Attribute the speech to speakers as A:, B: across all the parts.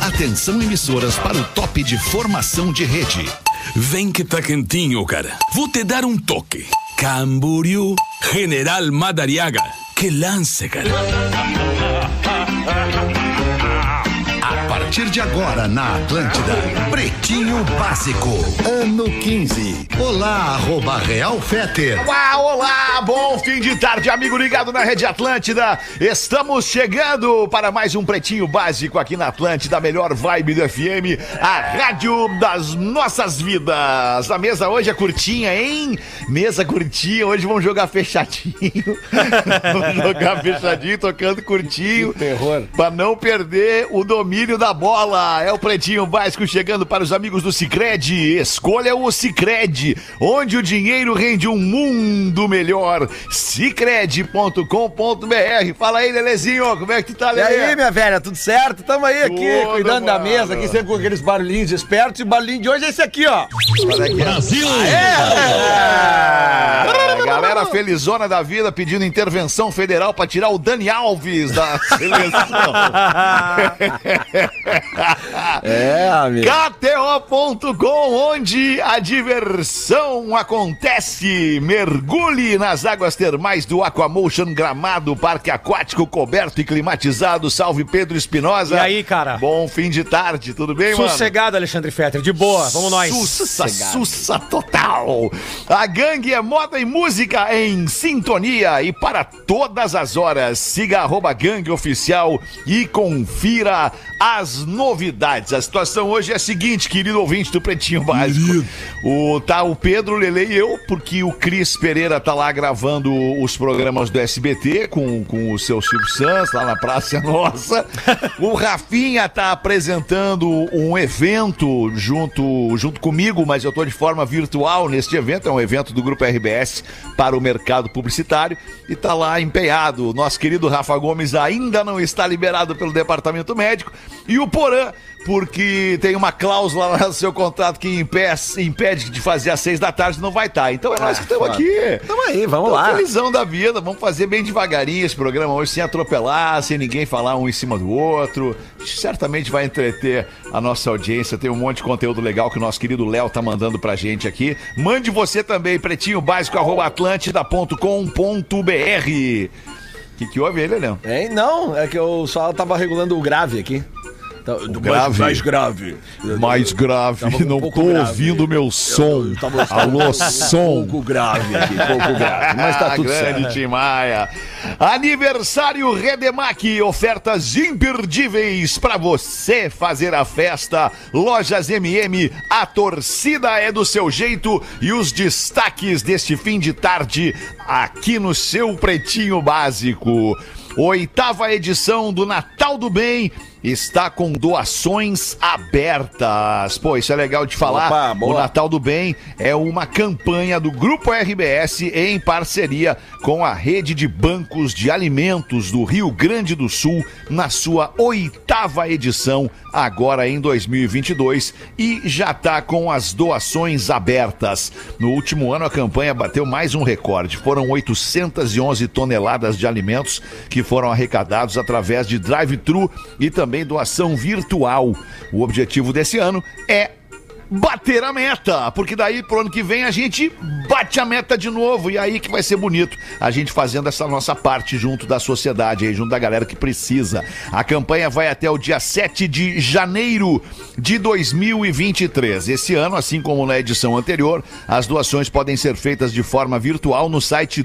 A: Atenção emissoras para o top de formação de rede.
B: Vem que tá quentinho, cara. Vou te dar um toque. Camboriú, General Madariaga. Que lance, cara.
A: A partir de agora na Atlântida, Pretinho Básico, ano 15. Olá, arroba Real Feter.
C: Olá, olá, bom fim de tarde, amigo ligado na Rede Atlântida. Estamos chegando para mais um Pretinho Básico aqui na Atlântida, a melhor vibe do FM, a rádio das nossas vidas. A mesa hoje é curtinha, hein? Mesa curtinha, hoje vamos jogar fechadinho. vamos jogar fechadinho, tocando curtinho.
D: terror.
C: Para não perder o domínio da bola. É o Pretinho Básico chegando para os amigos do Cicred. Escolha o Cicred, onde o dinheiro rende um mundo melhor. Cicred.com.br. Fala aí, Lelezinho, como é que tu tá,
D: E
C: Lele?
D: aí, minha velha, tudo certo? Tamo aí aqui,
C: Tudo,
D: cuidando da
C: mano.
D: mesa, aqui sempre com aqueles barulhinhos espertos. E o barulhinho de hoje é esse aqui, ó.
A: Brasil!
C: Ah, Galera felizona da vida pedindo intervenção federal para tirar o Dani Alves da seleção.
D: É, amigo.
C: KTO.com, onde a diversão acontece. Mergulhe nas águas termais do Aquamotion Gramado, parque aquático coberto e climatizado. Salve Pedro Espinosa.
E: E aí, cara?
C: Bom fim de tarde, tudo bem, mano?
E: Sossegado, Alexandre Fetter. De boa, vamos nós.
C: Sussa, sussa total. A gangue é moda e música em sintonia e para todas as horas. Siga arroba gangue oficial e confira as novidades. A situação hoje é a seguinte, querido ouvinte do Pretinho Básico. O, tá o Pedro, o Lele e eu, porque o Cris Pereira tá lá gravando os programas do SBT com, com o seu Silvio Santos lá na Praça Nossa. O Rafinha tá apresentando um evento junto, junto comigo, mas eu tô de forma virtual neste evento. É um evento do Grupo RBS para o mercado publicitário e tá lá empenhado. O Nosso querido Rafa Gomes ainda não está liberado pelo departamento médico e o Porã. Porque tem uma cláusula lá no seu contrato que impede, impede de fazer às seis da tarde, não vai estar. Então é nós que estamos aqui.
D: Tamo aí, vamos
C: Então,
D: lá.
C: Felizão da vida, vamos fazer bem devagarinho esse programa hoje, sem atropelar, sem ninguém falar um em cima do outro. Certamente vai entreter a nossa audiência. Tem um monte de conteúdo legal que o nosso querido Léo tá mandando pra gente aqui. Mande você também, pretinho básico, arroba atlântida.com.br. O que, que houve ele, Léo?
D: Hein? Não, é que eu só tava regulando o grave aqui. Então, do-
C: grave?
D: Mais, mais grave.
C: Mais grave,
D: Tava com
C: não
D: um pouco
C: tô
D: grave.
C: ouvindo meu som.
D: Eu tava só
C: Alô,
D: um
C: som.
D: Pouco grave aqui, pouco grave. Mas tá tudo
C: Ah, grande
D: certo.
C: Tim Maia. Aniversário Redemac, ofertas imperdíveis para você fazer a festa. Lojas MM, a torcida é do seu jeito e os destaques deste fim de tarde aqui no seu Pretinho Básico. Oitava edição do Natal do Bem está com doações abertas. Pô, isso é legal de falar.
D: Opa, boa.
C: O Natal Natal do Bem é uma campanha do Grupo RBS em parceria com a rede de bancos de alimentos do Rio Grande do Sul na sua oitava edição agora em 2022 e já está com as doações abertas. No último ano a campanha bateu mais um recorde, foram 811 toneladas de alimentos que foram arrecadados através de drive-thru e também doação virtual. O objetivo desse ano é bater a meta, porque daí pro ano que vem a gente bate a meta de novo e aí que vai ser bonito a gente fazendo essa nossa parte junto da sociedade, aí, junto da galera que precisa. A campanha vai até o dia 7 de janeiro de 2023. Esse ano, assim como na edição anterior, as doações podem ser feitas de forma virtual no site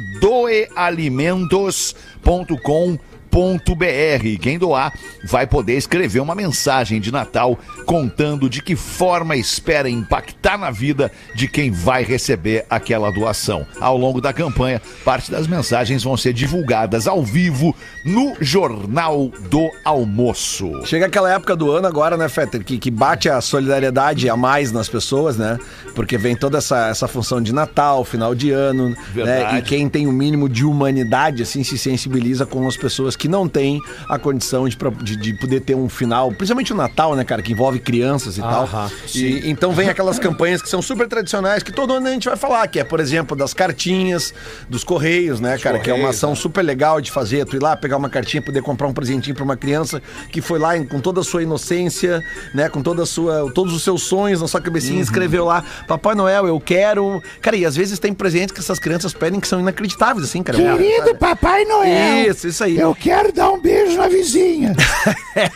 C: doealimentos.com www.natal.com.br. Quem doar vai poder escrever uma mensagem de Natal contando de que forma espera impactar na vida de quem vai receber aquela doação. Ao longo da campanha, parte das mensagens vão ser divulgadas ao vivo no Jornal do Almoço.
D: Chega aquela época do ano agora, né, Fetter, que, que bate a solidariedade a mais nas pessoas, né? Porque vem toda essa, essa função de Natal, final de ano, né?
C: Verdade.
D: E quem tem o mínimo de humanidade, assim, se sensibiliza com as pessoas que não têm a condição de, pro- de- de poder ter um final, principalmente o Natal, né, cara, que envolve crianças e tal.
E: Aham,
D: E, então vem aquelas campanhas que são super tradicionais, que todo ano a gente vai falar, que é, por exemplo, das cartinhas, dos correios, né, cara, que é uma
E: correios,
D: ação super legal de fazer, tu ir lá pegar uma cartinha, poder comprar um presentinho pra uma criança que foi lá em- com toda a sua inocência, né, com toda a sua, todos os seus sonhos na sua cabecinha, escreveu lá, Papai Noel, eu quero. Cara, e às vezes tem presentes que essas crianças pedem que são inacreditáveis, assim, cara.
F: Querido Papai Noel.
D: Isso, isso aí.
F: Eu quero dar um beijo na vizinha.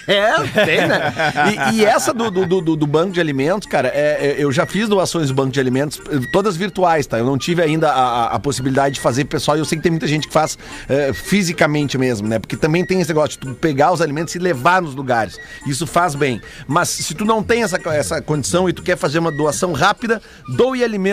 D: É, tem, né? E, e essa do, do, do- do banco de alimentos, cara, é- é- eu já fiz doações do banco de alimentos, eh, todas virtuais, tá? Eu não tive ainda a, a- a possibilidade de fazer pessoal, e eu sei que tem muita gente que faz eh, fisicamente mesmo, né? Porque também tem esse negócio de tu pegar os alimentos e levar nos lugares. Isso faz bem. Mas se tu não tem essa, co- essa condição e tu quer fazer uma doação rápida,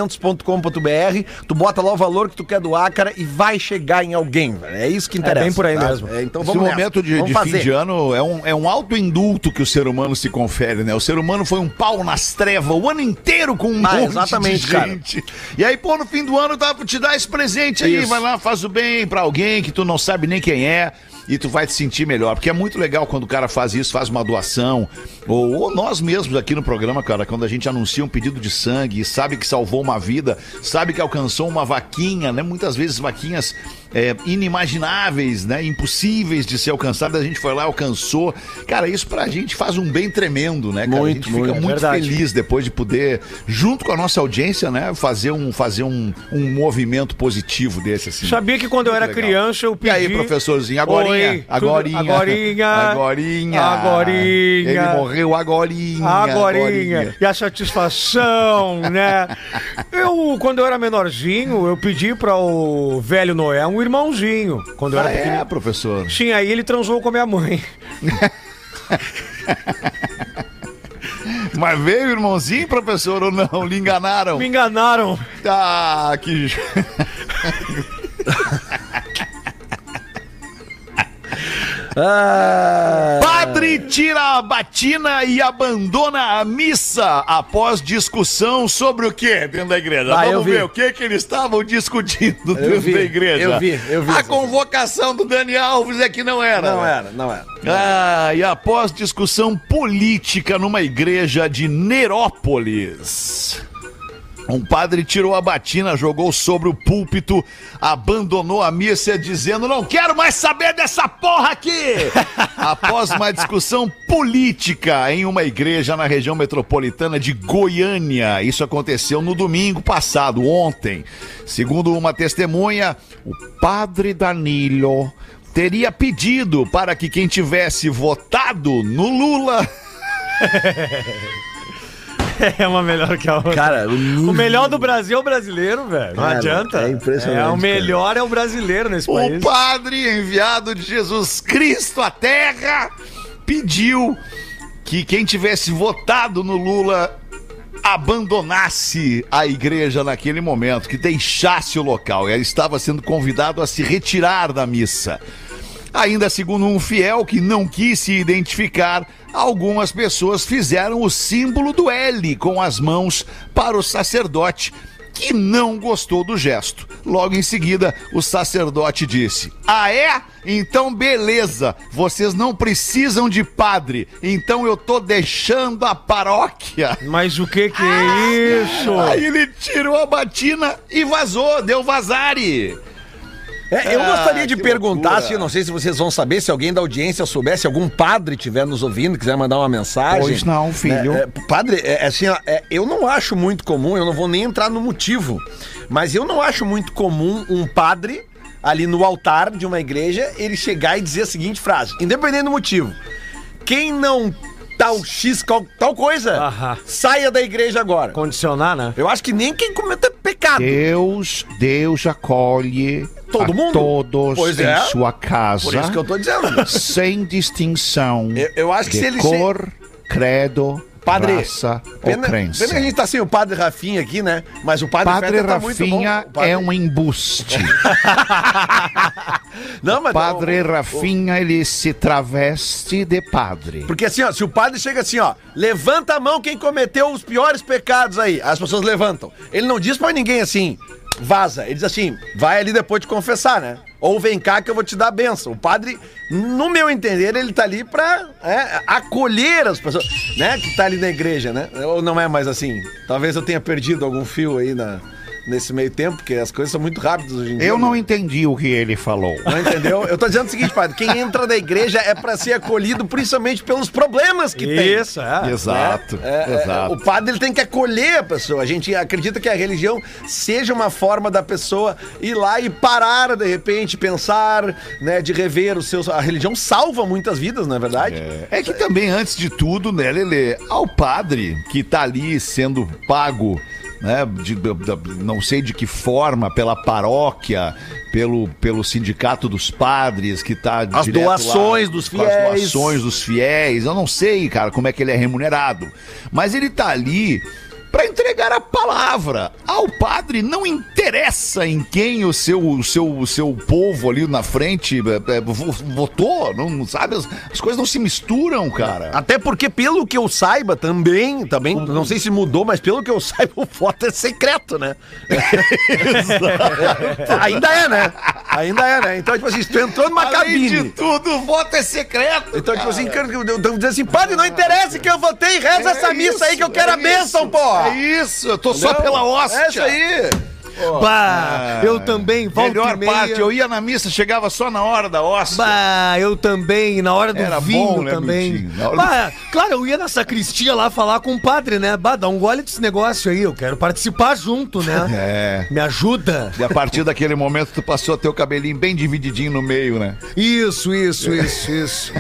D: doealimentos.com.br, tu bota lá o valor que tu quer doar, cara, e vai chegar em alguém, velho. É isso que interessa.
E: bem por aí
D: tá?
E: mesmo.
D: É, então
C: Esse
D: vamos nessa.
C: momento de,
D: Vamos
C: de fim
D: fazer.
C: de ano é um, é um autoindulto que o ser humano se confere, né? O ser humano foi um pau nas trevas o ano inteiro com um
D: Ah,
C: monte
D: exatamente,
C: de
D: cara.
C: gente. E aí, pô, no fim do ano dá pra te dar esse presente aí,
D: Isso.
C: vai lá, faz o bem pra alguém que tu não sabe nem quem é. E tu vai te sentir melhor, porque é muito legal quando o cara faz isso, faz uma doação. Ou, ou nós mesmos aqui no programa, cara, quando a gente anuncia um pedido de sangue e sabe que salvou uma vida, sabe que alcançou uma vaquinha, né? Muitas vezes vaquinhas é, inimagináveis, né? Impossíveis de ser alcançadas, a gente foi lá, alcançou. Cara, isso pra gente faz um bem tremendo, né, cara? a
D: Muito,
C: gente
D: muito,
C: fica
D: é
C: muito
E: verdade.
C: feliz feliz depois de poder, junto com a nossa audiência, né, fazer um, fazer um, um movimento positivo desse, assim.
E: Sabia que quando eu era
C: Legal.
E: criança eu
C: E
E: pedi...
C: aí, professorzinho, agorinha,
E: Oi, tudo-
C: agorinha,
E: Agorinha.
C: agorinha,
E: Agorinha.
C: ele morreu agorinha,
E: Agorinha. E a satisfação, né? Eu, quando eu era menorzinho, eu pedi pra o velho Noé um irmãozinho. Quando eu
C: Ah,
E: era pequenininho.
C: é, professor.
E: Sim, aí ele transou com a minha mãe.
C: Mas veio o irmãozinho, professor, ou não? Lhe enganaram?
E: Me enganaram.
C: Ah, que...
D: Ah,
C: Padre tira a batina e abandona a missa após discussão sobre o que dentro da igreja.
D: Ah, eu
C: Vamos
D: vi.
C: ver o que que eles estavam discutindo dentro
D: vi,
C: da igreja.
D: eu vi, eu vi
C: A
D: essa-
C: convocação do Dani Alves é que não era.
D: não
C: né?
D: era, não é. era.
C: Ah, e após discussão política numa igreja de Nerópolis. Um padre tirou a batina, jogou sobre o púlpito, abandonou a missa dizendo: Não quero mais saber dessa porra aqui! Após uma discussão política em uma igreja na região metropolitana de Goiânia. Isso aconteceu no domingo passado, ontem. Segundo uma testemunha, o padre Danilo teria pedido para que quem tivesse votado no Lula.
E: É uma melhor que a outra.
D: Cara, o
E: O
D: nível-
E: melhor do Brasil é o brasileiro, velho. Não
D: Cara,
E: adianta.
D: é impressionante,
E: É, o
D: cara.
E: melhor é o brasileiro nesse
C: O
E: país.
C: padre enviado de Jesus Cristo à Terra pediu que quem tivesse votado no Lula abandonasse a igreja naquele momento, que deixasse o local. Ele estava sendo convidado a se retirar da missa. Ainda segundo um fiel que não quis se identificar, algumas pessoas fizeram o símbolo do L com as mãos para o sacerdote, que não gostou do gesto. Logo em seguida, o sacerdote disse: Ah, é? Então beleza, vocês não precisam de padre, então eu tô deixando a paróquia.
E: Mas o que que é isso?
C: Aí ele tirou a batina e vazou, deu vazare.
D: É, eu
C: Ah,
D: gostaria de
C: que
D: perguntar,
C: loucura.
D: se eu não sei se vocês vão saber, se alguém da audiência soubesse, se algum padre estiver nos ouvindo, quiser mandar uma mensagem.
F: Pois não, filho.
D: É, é, padre, é, é assim, ó, é, eu não acho muito comum, eu não vou nem entrar no motivo, mas eu não acho muito comum um padre ali no altar de uma igreja ele chegar e dizer a seguinte frase, independente do motivo: quem não tal X, qual- tal coisa,
E: Aham.
D: saia da igreja agora.
E: Condicionar, né?
D: Eu acho que nem quem cometa pecado.
F: Deus, Deus acolhe
D: Todo
F: a
D: mundo?
F: todos
D: Pois
F: em
D: é.
F: sua casa,
D: Por isso que eu tô dizendo.
F: sem distinção
D: Eu- eu acho que
F: de
D: se ele che-
F: cor, credo,
D: Padre,
F: raça ou
D: Pena,
F: crença.
D: pena que a gente tá sem o Padre Rafinha aqui, né? Mas o Padre,
F: Padre
D: Feta tá muito bom.
F: Rafinha
D: O padre-
F: é um embuste.
D: Não, mas
F: padre
D: o- o-
F: Rafinha, ele se traveste de padre.
D: Porque assim, ó, se o padre chega assim, ó, levanta a mão quem cometeu os piores pecados aí. As pessoas levantam. Ele não diz pra ninguém assim, vaza. Ele diz assim, vai ali depois de confessar, né? Ou vem cá que eu vou te dar a benção. O padre, no meu entender, ele tá ali pra é, acolher as pessoas, né? Que tá ali na igreja, né? Ou não é mais assim? Talvez eu tenha perdido algum fio aí na, nesse meio tempo, porque as coisas são muito rápidas hoje em dia.
F: Eu
D: né?
F: não entendi o que ele falou.
D: Não entendeu? Eu tô dizendo o seguinte, padre, quem entra na igreja é pra ser acolhido principalmente pelos problemas que tem.
E: Isso, é.
C: Exato,
D: É, é,
C: exato.
D: o padre ele tem que acolher a pessoa. A gente acredita que a religião seja uma forma da pessoa ir lá e parar, de repente, pensar, né, de rever os seus. A religião salva muitas vidas, não é verdade?
C: É que também, antes de tudo, né, Lele, ao padre que tá ali sendo pago, né, de- da- da- não sei de que forma, pela paróquia, pelo, pelo sindicato dos padres, que tá
D: As
C: direto
D: doações
C: lá,
D: dos
C: com as
D: fiéis.
C: doações dos fiéis, eu não sei, cara, como é que ele é remunerado, mas ele tá ali para entregar a palavra ao padre, não interessa em quem o seu, o seu, o seu povo ali na frente é, é, vo- votou, não sabe, as, as coisas não se misturam, cara.
D: Até porque, pelo que eu saiba, também, também, não sei se mudou, mas pelo que eu saiba, o voto é secreto, né? Ainda é, né? Ainda é, né? Então, tipo assim, tu entrou numa
C: Além
D: cabine.
C: de tudo, o voto é secreto.
D: Então, tipo assim, cara, eu- eu- eu- dizendo assim, padre, não interessa que eu votei, reza
C: É
D: essa missa aí que eu
C: isso,
D: quero
C: é
D: a bênção,
C: isso,
D: pô!
C: É isso, eu tô só pela hóstia.
D: É isso aí!
E: Bah, eu também, volta
C: Melhor
E: e meia.
C: parte, eu ia na missa, chegava só na hora da hóstia.
E: Bah, eu também, na hora do
C: Era
E: vinho
C: bom, né,
E: também.
C: Miltinho? Na hora do-
E: Bah, claro, eu ia na sacristia lá falar com o padre, né? Bah, dá um gole desse negócio aí, eu quero participar junto, né?
C: É.
E: Me ajuda.
C: E a partir daquele momento tu passou a ter o cabelinho bem divididinho no meio, né?
E: Isso, isso, isso, isso.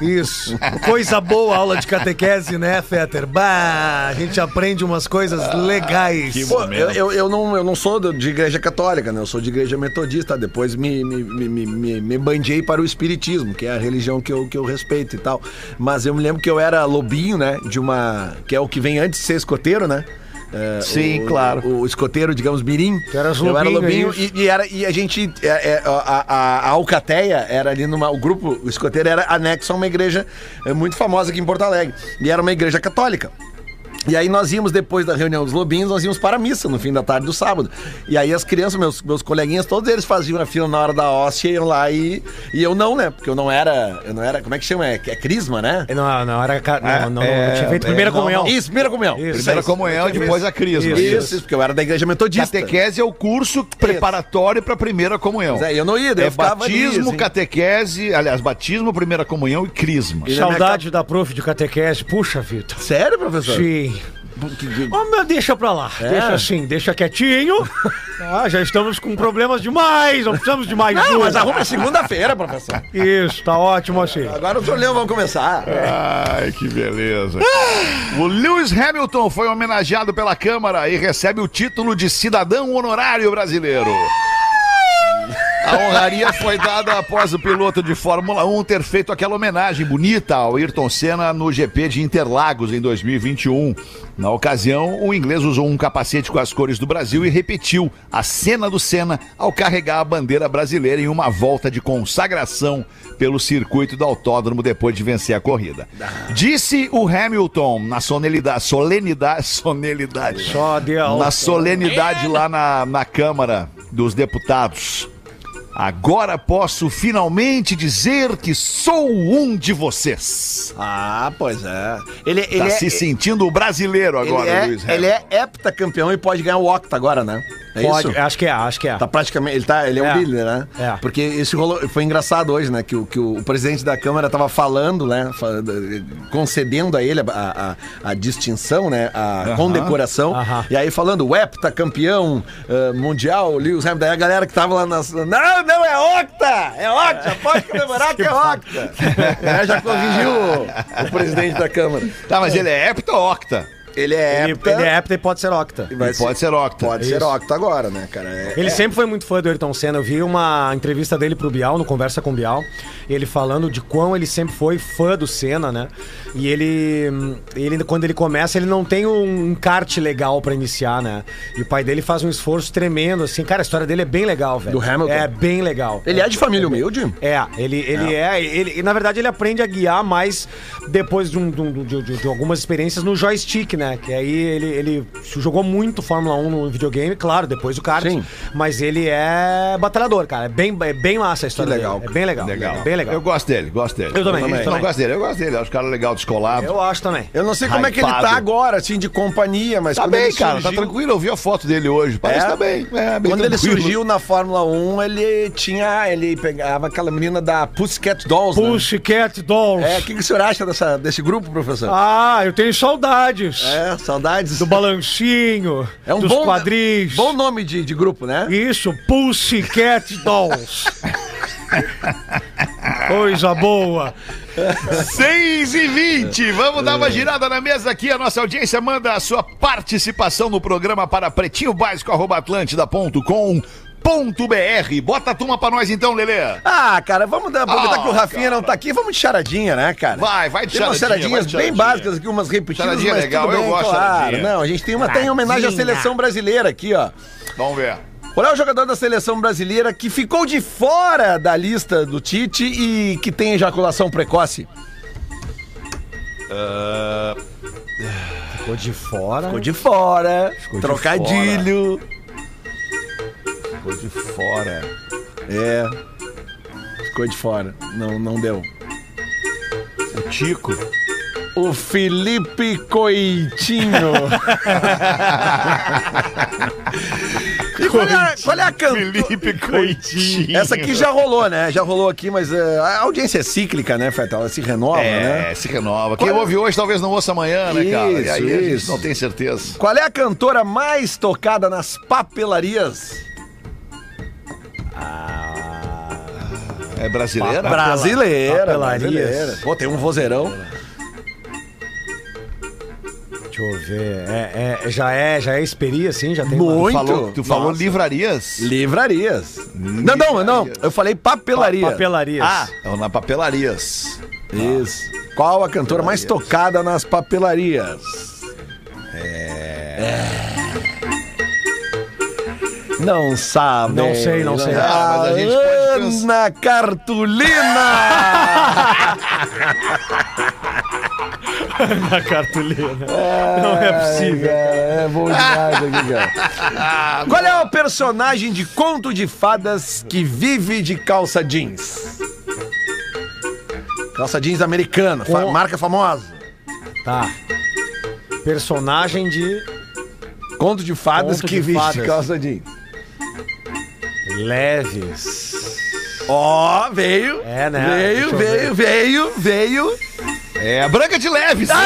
E: Isso. Coisa boa a aula de catequese, né, Fetter? Bah, a gente aprende umas coisas
C: Ah,
E: legais.
D: Pô, eu, eu, eu não, eu não sou do- de igreja católica, né? Eu sou de igreja metodista. Depois me, me, me, me- me, me bandeei para o espiritismo, que é a religião que eu, que eu respeito e tal. Mas eu me lembro que eu era lobinho, né? De uma. que é o que vem antes de ser escoteiro, né? É,
C: Sim,
D: o-
C: claro.
D: O escoteiro, digamos, mirim.
E: Tu eras
D: eu era
E: lobinho, é
D: lobinho e, e era, e a gente. é, é, a, a, a Alcateia era ali numa. O grupo, o escoteiro, era anexo a uma igreja é, muito famosa aqui em Porto Alegre. E era uma igreja católica. E aí nós íamos, depois da reunião dos lobinhos, nós íamos para a missa no fim da tarde do sábado. E aí as crianças, meus, meus coleguinhas, todos eles faziam a fila na hora da hóstia, iam lá e, e eu não, né? Porque eu não era, eu não era, como é que chama? É, é crisma, né?
E: Não, não, era. ca- Não, não, não,
C: é,
E: eu tinha feito primeira
C: é, não,
E: comunhão.
D: Isso, primeira comunhão.
E: Isso.
C: Primeira comunhão e depois a crisma.
D: Isso, isso, porque eu era da igreja metodista.
C: Catequese é o curso preparatório para a primeira comunhão.
D: Mas é, eu não ia, daí
C: É
D: eu ficava ali,
C: batismo,
D: assim.
C: catequese, aliás, batismo, primeira comunhão e crisma.
D: E-
E: Saudade da prof de catequese. Puxa, Vitor.
D: Sério, professor?
E: Sim. Ô, meu, deixa pra lá.
D: É?
E: Deixa assim, deixa quietinho. Ah, já estamos com problemas demais, não precisamos de mais um.
D: Não, mas arruma é segunda-feira, professor.
E: Isso, tá ótimo assim.
D: Agora os torneios vão começar.
C: É. Ai, que beleza.
D: Ah!
C: O Lewis Hamilton foi homenageado pela Câmara e recebe o título de cidadão honorário brasileiro. A honraria foi dada após o piloto de Fórmula 1 ter feito aquela homenagem bonita ao Ayrton Senna no GP de Interlagos em 2021. Na ocasião, o inglês usou um capacete com as cores do Brasil e repetiu a cena do Senna ao carregar a bandeira brasileira em uma volta de consagração pelo circuito do autódromo depois de vencer a corrida. Disse o Hamilton na sonelidade, solenidade, sonelidade,
E: Só Deus.
C: na solenidade lá na, na Câmara dos Deputados. Agora posso finalmente dizer que sou um de vocês.
D: Ah, pois é. Ele, ele
C: Tá
D: é,
C: se sentindo o brasileiro
D: ele
C: agora,
D: é,
C: Luiz.
D: ele é heptacampeão e pode ganhar o octa agora, né? É
E: Pode,
D: isso?
E: acho que é, acho que é.
D: Tá praticamente, ele, tá, ele é,
E: É.
D: um líder, né?
E: É.
D: Porque esse rolou, foi engraçado hoje, né? Que, o, que o, o presidente da Câmara tava falando, né? fa- Concedendo a ele a, a, a distinção, né? A condecoração.
E: Aham.
D: E aí falando, o hepta campeão eh, mundial, Lewis Hamilton. Daí a galera que tava lá na... Não, não, é octa! É octa! Pode comemorar que é octa! Aí já corrigiu o, o presidente da Câmara.
C: Tá, mas ele é hepta ou octa?
D: Ele é
E: Ele,
D: hepta...
E: ele é apta e pode ser octa.
D: e vai
C: Ele pode ser octa.
D: Pode ser
E: Isso.
D: octa agora, né, cara? É-
E: Ele sempre foi muito fã do Ayrton Senna. Eu vi uma entrevista dele pro Bial, no Conversa com o Bial, ele falando de quão ele sempre foi fã do Senna, né? E ele, ele quando ele começa, ele não tem um kart legal pra iniciar, né? E o pai dele faz um esforço tremendo, assim. Cara, a história dele é bem legal, velho.
D: Do Hamilton?
E: É bem legal.
D: Ele é de família humilde?
E: É, ele, ele é. ele, um, e, na verdade, ele aprende a guiar mais depois de, um- de um- de- de- de algumas experiências no joystick, né? né? Que aí ele, ele jogou muito Fórmula 1 no videogame, claro, depois o kart.
D: Sim.
E: Mas ele é batalhador, cara. É bem, é bem massa a história
D: Que legal,
E: dele. É bem legal. É bem legal.
C: Eu gosto dele, gosto dele.
E: Eu também,
C: A gente
E: eu
C: não
E: também.
C: gosto dele, eu gosto dele. Acho o cara legal, descolado.
E: Eu acho também.
D: Eu não sei como é que ele tá
C: Hypado.
D: agora, assim, de companhia, mas
C: Tá
D: quando
C: bem,
D: ele
C: cara, tá
D: surgiu-
C: tranquilo. Eu vi a foto dele hoje. Parece
D: É?
C: que tá bem. É, bem
D: Quando ele
C: tranquilo.
D: surgiu na Fórmula 1, ele tinha. Ele pegava aquela menina da Pussycat Dolls. né?
E: Pussycat Dolls.
D: É, o que, que o senhor acha dessa- desse grupo, professor?
E: Ah, eu tenho saudades.
D: É, saudades.
E: Do balancinho,
D: é um
E: dos
D: bom,
E: quadris.
D: bom nome de, de grupo, né?
E: Isso, Pussycat Dolls. Coisa boa.
C: 6 e 20 Vamos dar
D: É.
C: uma girada na mesa aqui. A nossa audiência manda a sua participação no programa para pretinhobásico.atlântida.com.br. Bota a turma pra nós então, Lelê.
D: Ah, cara, vamos dar, aproveitar
C: Ah,
D: que o Rafinha não tá aqui, vamos de charadinha, né, cara?
C: Vai, vai de
D: Tem umas
C: charadinha,
D: charadinhas
C: vai de
D: bem
C: charadinha.
D: básicas aqui, umas repetidas,
C: Charadinha
D: mas
C: legal,
D: tudo
C: eu
D: bem,
C: gosto de
D: claro.
C: charadinha.
D: Não, a gente tem uma, tem em homenagem à seleção brasileira aqui, ó.
C: Vamos ver.
D: Qual é o jogador da seleção brasileira que ficou de fora da lista do Tite e que tem ejaculação precoce?
E: Ficou de fora.
D: Ficou de fora, trocadilho. Ficou de fora. É. Ficou de fora. Não, não deu.
C: O Tico.
D: O Felipe Coitinho. E qual, é, a- qual é a cantora?
C: Felipe Coitinho.
D: Essa aqui já rolou, né? Já rolou aqui, mas eh, a audiência é cíclica, né, Feta? Ela se renova, né?
C: É, se renova. Quem
D: Qual é?
C: ouve hoje talvez não ouça amanhã, né, cara? E aí a gente
D: Isso,
C: não tem certeza.
D: Qual é a cantora mais tocada nas papelarias?
C: É brasileira?
D: Brasileira.
E: papelarias.
D: brasileira. Pô, tem um vozeirão.
E: Deixa eu ver. É, é, já é, já é esperi, assim, já tem.
D: Muito.
C: Falou, tu falou
D: Nossa.
C: livrarias?
D: Livrarias. Não, não, não. Eu falei papelaria.
E: Papelarias.
C: Ah, é na papelarias.
D: Isso. Qual a cantora mais tocada nas papelarias? É. Não sabe.
E: Não sei, não sei.
C: Ah, mas a gente pode pensar.
D: Ana Cartolina!
E: na cartolina. Não é possível.
D: É bom demais aqui, cara. Qual é o personagem de conto de fadas que vive de calça jeans? Calça jeans americana, fa-
E: Com-
D: marca famosa.
E: Tá. Personagem de
D: Conto de fadas
E: Conto
D: que
E: de
D: vive de
E: fadas.
D: calça jeans.
E: Leves.
D: Ó, veio.
E: É, né? Deixa
D: Veio,
E: eu
D: veio, veio, veio.
C: É, Branca de Leves.
D: Ah!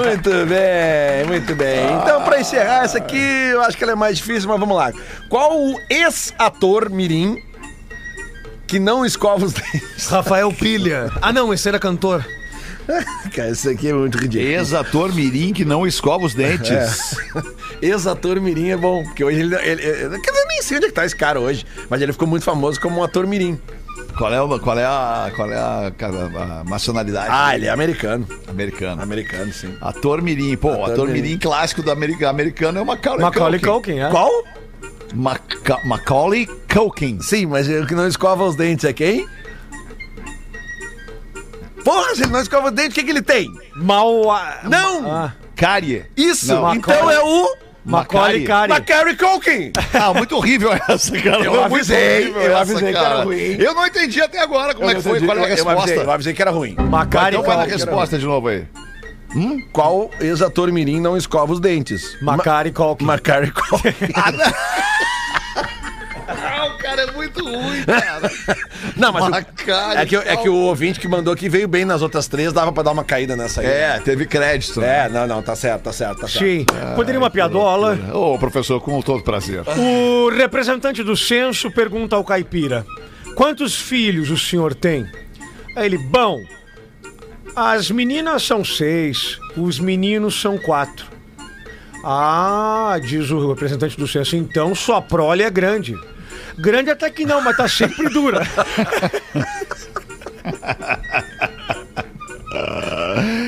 D: Muito bem, muito bem.
E: Ah.
D: Então, pra encerrar essa aqui, eu acho que ela é mais difícil, mas vamos lá. Qual o ex-ator Mirim que não escova os dentes?
E: Rafael Pilha. Ah, não, esse era cantor.
D: Cara, isso aqui é muito ridículo. É.
C: Ex-ator Mirim que não escova os dentes.
D: Ex-ator Mirim é bom, porque hoje ele, ele, ele- Quer dizer, eu nem sei onde é que tá esse cara hoje, mas ele ficou muito famoso como um ator Mirim.
C: Qual é, o- qual é a, qual é a, a- a nacionalidade?
D: Ah, ele é americano.
C: americano.
D: Americano, sim.
C: Ator Mirim, pô, ator, Mirim. clássico do america, americano é o Macaulay,
E: Macaulay
C: Culkin.
E: Culkin, é?
D: Qual?
C: Maca- Macaulay Culkin.
D: Sim, mas o que não escova os dentes é quem? Porra, se ele não escova os dentes, o que, que ele tem?
E: Mal.
D: Não!
E: Ah,
C: Cárie.
D: Isso!
C: Não.
D: então é o.
E: Macaulay Culkin.
D: Macari Culkin!
C: Ah, muito horrível essa, cara.
D: Eu
C: Foi
D: avisei,
C: muito horrível
D: eu
C: essa,
D: avisei que era ruim.
C: Eu não entendi até agora como é que foi, qual é a
D: Eu avisei, eu
C: resposta.
D: avisei que era ruim.
E: Macari
C: Então, qual é a
E: Culkin.
C: resposta de novo aí?
D: Qual ex-ator mirim não escova os dentes?
E: Macari Culkin.
D: Macari Culkin.
C: Ah, o cara é muito ruim, cara.
D: Não, mas o-
C: Macari
D: é, que, eu- é que o ouvinte que mandou aqui veio bem nas outras três, dava pra dar uma caída nessa aí.
C: É, teve crédito. né?
D: É, não, não, tá certo, tá certo, tá certo.
E: Sim. Poderia uma piadola.
C: Ô, professor, com todo prazer.
E: O representante do censo pergunta ao caipira: Quantos filhos o senhor tem? Aí ele: Bom, as meninas são seis, os meninos são quatro. Ah, diz o representante do censo, então sua prole é grande. Grande até que não, mas tá sempre dura.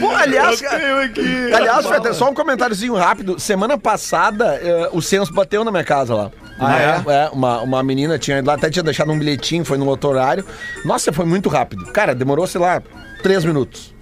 D: Pô, aliás,
C: tenho aqui.
D: Aliás, Fetter, só um comentáriozinho rápido. Semana passada, eh, o censo bateu na minha casa lá.
E: Ah, é?
D: uma, uma menina tinha ido lá, até tinha deixado um bilhetinho, foi no outro horário. Nossa, foi muito rápido. Cara, demorou, sei lá, três minutos.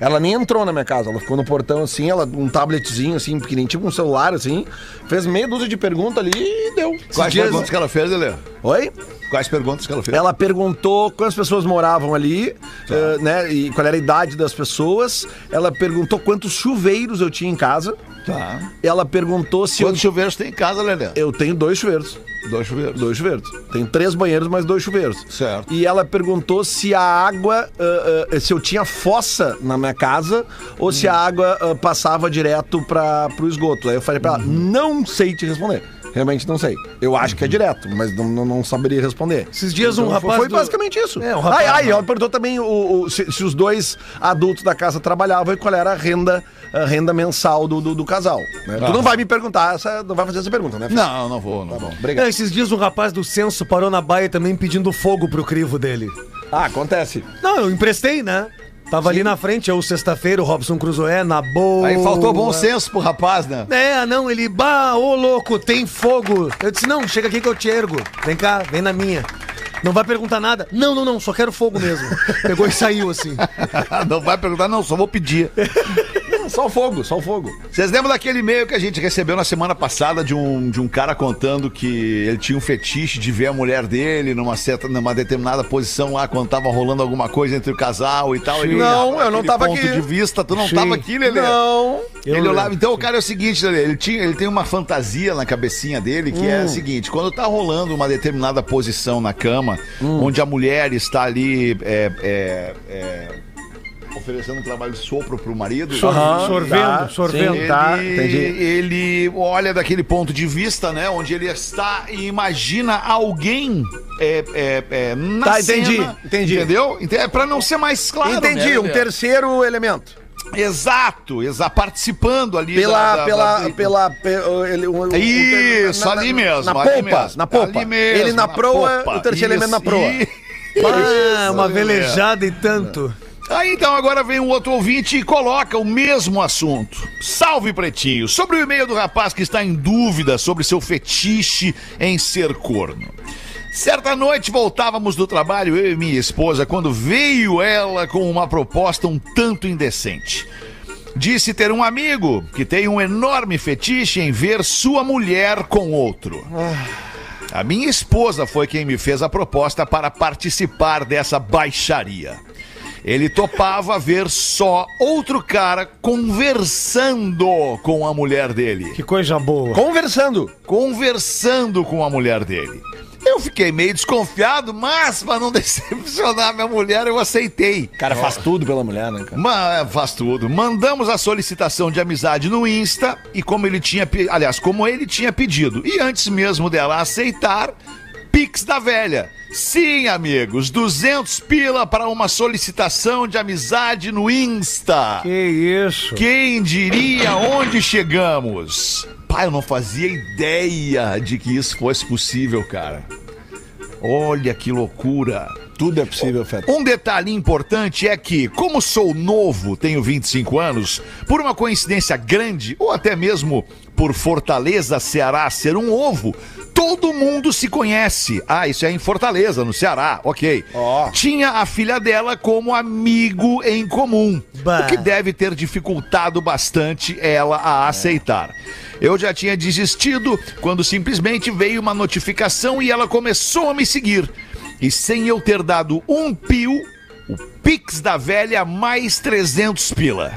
D: Ela nem entrou na minha casa, ela ficou no portão assim, ela um tabletzinho assim, pequenininho, tipo um celular assim, fez meia dúzia de perguntas ali e deu.
C: Quais
D: Esses
C: perguntas
D: dias-
C: que ela fez, Lelê?
D: Oi?
C: Quais perguntas que ela fez?
D: Ela perguntou quantas pessoas moravam ali, eh, né? E qual era a idade das pessoas. Ela perguntou quantos chuveiros eu tinha em casa.
C: Tá.
D: Ela perguntou se eu,
C: Quantos chuveiros tem em casa, Lelê?
D: eu tenho dois chuveiros.
C: Dois chuveiros.
D: Dois chuveiros. Tem três banheiros, mais dois chuveiros.
C: Certo.
D: E ela perguntou se a água. ah, ah, se eu tinha fossa na minha casa ou se a
C: Hum.
D: água ah, passava direto para pro esgoto. Aí eu falei pra ela:
C: Hum.
D: não sei te responder. Realmente não sei. Eu acho que é direto, mas não, não, não saberia responder.
G: Esses dias um
D: Então, foi-
G: rapaz
D: Foi
G: do-
D: basicamente isso.
G: É, um rapaz-
D: ai, ai, ela perguntou também o, o- se, se os dois adultos da casa trabalhavam e qual era a renda, a renda mensal do, do, do casal. né?
C: Ah.
D: Tu não vai me perguntar, essa, não vai fazer essa pergunta, né?
C: Não, não vou, não vou.
D: Obrigado.
G: Não,
E: É,
G: esses dias um rapaz do censo parou na baia também pedindo fogo pro crivo dele.
D: Ah, acontece.
G: Não, eu emprestei, né? Tava ali na frente, eu sexta-feira, o Robson Cruzoé, na boa.
C: Aí faltou
E: é.
C: bom senso pro rapaz, né?
G: É, não, ele, bah, ô louco, tem fogo. Eu disse, não, chega aqui que eu te ergo. Vem cá, vem na minha. Não vai perguntar nada. Não, não, não, só quero fogo mesmo. Pegou e saiu assim.
C: não vai perguntar, não, só vou pedir.
D: Só o fogo, só o fogo.
C: Vocês lembram daquele e-mail que a gente recebeu na semana passada de um, de um cara contando que ele tinha um fetiche de ver a mulher dele numa, certa, numa determinada posição lá quando tava rolando alguma coisa entre o casal e tal? Ele
D: Não,
C: olhava
D: eu não
C: aquele
D: tava
C: ponto
D: aqui.
C: de vista, tu não
G: Sim.
C: tava aqui, Lelê?
D: Não.
C: Ele
G: Eu
C: olhava.
G: lembro,
C: Então, o cara é o seguinte, Lelê, ele, tinha, ele tem uma fantasia na cabecinha dele que
D: Hum.
C: é a seguinte: quando tá rolando uma determinada posição na cama,
D: Hum.
C: onde a mulher está ali. é, é, é, oferecendo um trabalho de sopro pro marido.
G: Sor-
D: Aham,
G: sorvendo,
D: tá,
G: sorvendo.
D: sim.
C: Ele,
D: Tá, entendi.
C: ele olha daquele ponto de vista, né? Onde ele está e imagina alguém é, é, é, na
D: Tá,
C: cena,
D: entendi, entendi.
C: Entendeu? Ente- É pra não ser mais claro.
D: Entendi,
C: né?
D: um terceiro elemento.
C: Exato, exa participando ali.
D: Pela,
C: da- da-
D: pela,
C: da-
D: pela, pe- o- ele- o- o-
C: Isso,
D: na- na-
C: ali
D: na-
C: mesmo.
D: Na
C: ali
D: polpa,
C: mesmo,
D: na polpa.
C: ali mesmo,
D: ele na, proa, o terceiro
C: Isso,
D: elemento na proa.
C: e-
G: Ah, uma velejada e tanto.
C: Aí então agora vem um outro ouvinte e coloca o mesmo assunto. Salve Pretinho! Sobre o e-mail do rapaz que está em dúvida sobre seu fetiche em ser corno. Certa noite voltávamos do trabalho, eu e minha esposa, quando veio ela com uma proposta um tanto indecente. Disse ter um amigo que tem um enorme fetiche em ver sua mulher com outro. A minha esposa foi quem me fez a proposta para participar dessa baixaria. Ele topava ver só outro cara conversando com a mulher dele
G: Que coisa boa.
D: Conversando.
C: conversando com a mulher dele. Eu fiquei meio desconfiado, mas para não decepcionar minha mulher, eu aceitei.
D: Cara, faz tudo pela mulher, né, cara?
C: Mas faz tudo. Mandamos a solicitação de amizade no Insta e como ele tinha, pe- aliás, como ele tinha pedido. E antes mesmo dela aceitar, Pix da velha. Sim, amigos, 200 pila para uma solicitação de amizade no Insta.
G: Que isso.
C: Quem diria onde chegamos? Pai, eu não fazia ideia de que isso fosse possível, cara. Olha que loucura.
D: Tudo é possível, Feta.
C: Um detalhe importante é que, como sou novo, tenho 25 anos, por uma coincidência grande, ou até mesmo por Fortaleza, Ceará ser um ovo, todo mundo se conhece. Ah, isso é em Fortaleza, no Ceará, ok.
D: Ó.
C: Tinha a filha dela como amigo em comum,
G: Bah.
C: o que deve ter dificultado bastante ela a aceitar. Eu já tinha desistido quando simplesmente veio uma notificação e ela começou a me seguir. E sem eu ter dado um pio, o Pix da velha mais 300 pila.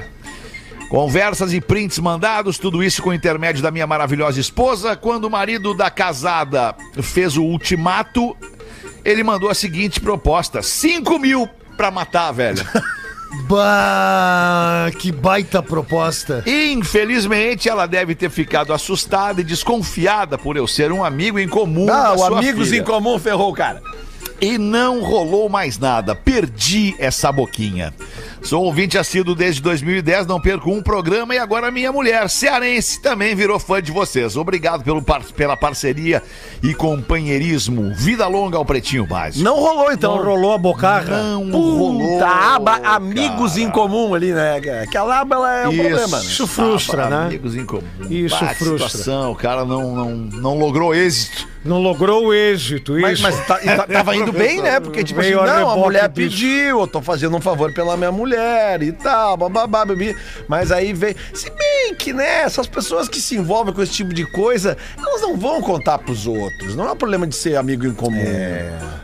C: Conversas e prints mandados, tudo isso com o intermédio da minha maravilhosa esposa. Quando o marido da casada fez o ultimato, ele mandou a seguinte proposta: 5 mil pra matar, a velha.
G: Bah, que baita proposta.
C: Infelizmente, ela deve ter ficado assustada e desconfiada por eu ser um amigo em comum.
D: Ah,
C: da
D: o
C: sua
D: Amigos
C: filha.
D: em Comum ferrou, cara.
C: E não rolou mais nada. Perdi essa boquinha. Sou um ouvinte assíduo desde 2010, não perco um programa e agora minha mulher, cearense, também virou fã de vocês. Obrigado pelo par- pela parceria e companheirismo. Vida longa ao Pretinho Básico.
D: Não rolou, então.
G: Então rolou a bocarra.
C: Não
D: Puta, a aba
C: cara.
D: Amigos em Comum ali, né? cara? Aquela aba ela é um problema, né?
G: Isso frustra,
C: Ah,
G: né?
C: Amigos em comum.
G: Isso
C: Bah, que
G: frustra.
C: Situação, o cara não, não, não logrou êxito.
E: Não logrou o êxito,
D: Mas,
E: isso.
D: mas tá- e tá- tava indo bem, né? Porque, tipo assim,
E: Veio a
D: não, a
E: reboque
D: mulher
E: disso.
D: pediu, eu tô fazendo um favor pela minha mulher e tal, bababá, bebi. Mas aí veio. Se bem que, né, essas pessoas que se envolvem com esse tipo de coisa, elas não vão contar pros outros. Não é um problema de ser amigo em comum.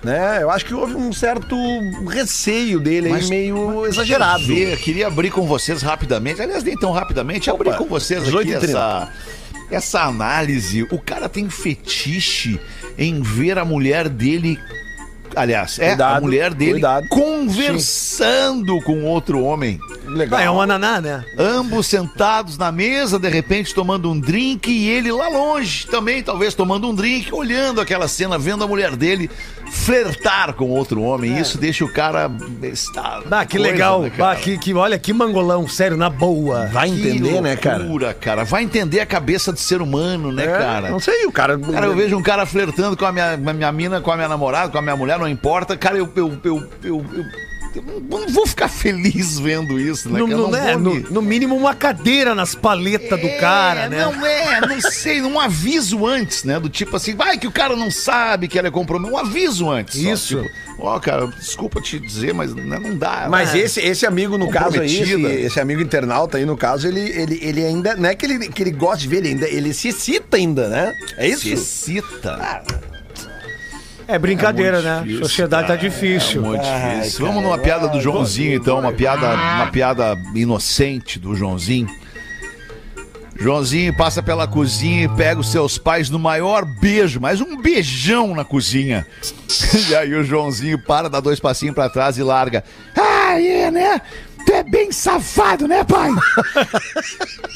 D: Né? Eu acho que houve um certo receio dele aí, meio exagerado.
C: Ver, queria abrir com vocês rapidamente. Aliás, nem tão rapidamente, abrir com vocês aqui
D: 18h30.
C: essa, essa análise. O cara tem fetiche em ver a mulher dele. Aliás, é a
D: Cuidado,
C: mulher dele
D: cuidado.
C: conversando com outro homem.
D: Legal.
G: Ah, é um ananá, né?
C: Ambos sentados na mesa, de repente tomando um drink e ele lá longe também, talvez tomando um drink, olhando aquela cena, vendo a mulher dele flertar com outro homem. Isso deixa o cara. Está,
G: Ah, que legal.
C: né,
G: Ah, que, que, olha, que mangolão, sério, na boa.
D: Vai entender, né, cara?
C: Loucura, cara. Vai entender a cabeça do ser humano, né,
D: É,
C: cara?
D: Não sei, o cara.
C: Cara, eu vejo um cara flertando com a minha, com a minha mina, com a minha namorada, com a minha mulher, não importa. Cara, eu. eu, eu, eu, eu- eu não não vou ficar feliz vendo isso, né?
G: No,
C: cara? Eu
G: no,
D: é,
G: né,
C: vou
G: no,
C: me-
G: no mínimo, uma cadeira nas paletas do cara,
C: É,
G: né?
C: Não é, não sei, um aviso antes, né? Do tipo assim, vai que o cara não sabe que ela é comprometida. Um aviso antes. só,
G: Isso.
C: tipo, Ó, cara, desculpa te dizer, mas né, não dá.
D: Mas
C: né?
D: esse, esse amigo, no caso aí, esse,
C: Comprometida.
D: esse amigo internauta aí, no caso, ele, ele, ele ainda. Não é que ele, que ele gosta de ver, ele ainda. Ele se excita ainda, né? É isso?
C: Se excita.
E: É brincadeira,
C: É muito
E: né?
C: difícil,
E: Sociedade tá
C: cara. É
E: difícil.
C: muito difícil. Vamos numa piada do Joãozinho, então. Uma piada, uma piada inocente do Joãozinho. Joãozinho passa pela cozinha e pega os seus pais no maior beijo, mas um beijão na cozinha. E aí o Joãozinho para, dá dois passinhos pra trás e larga. Aí, né? Tu é bem safado, né, pai?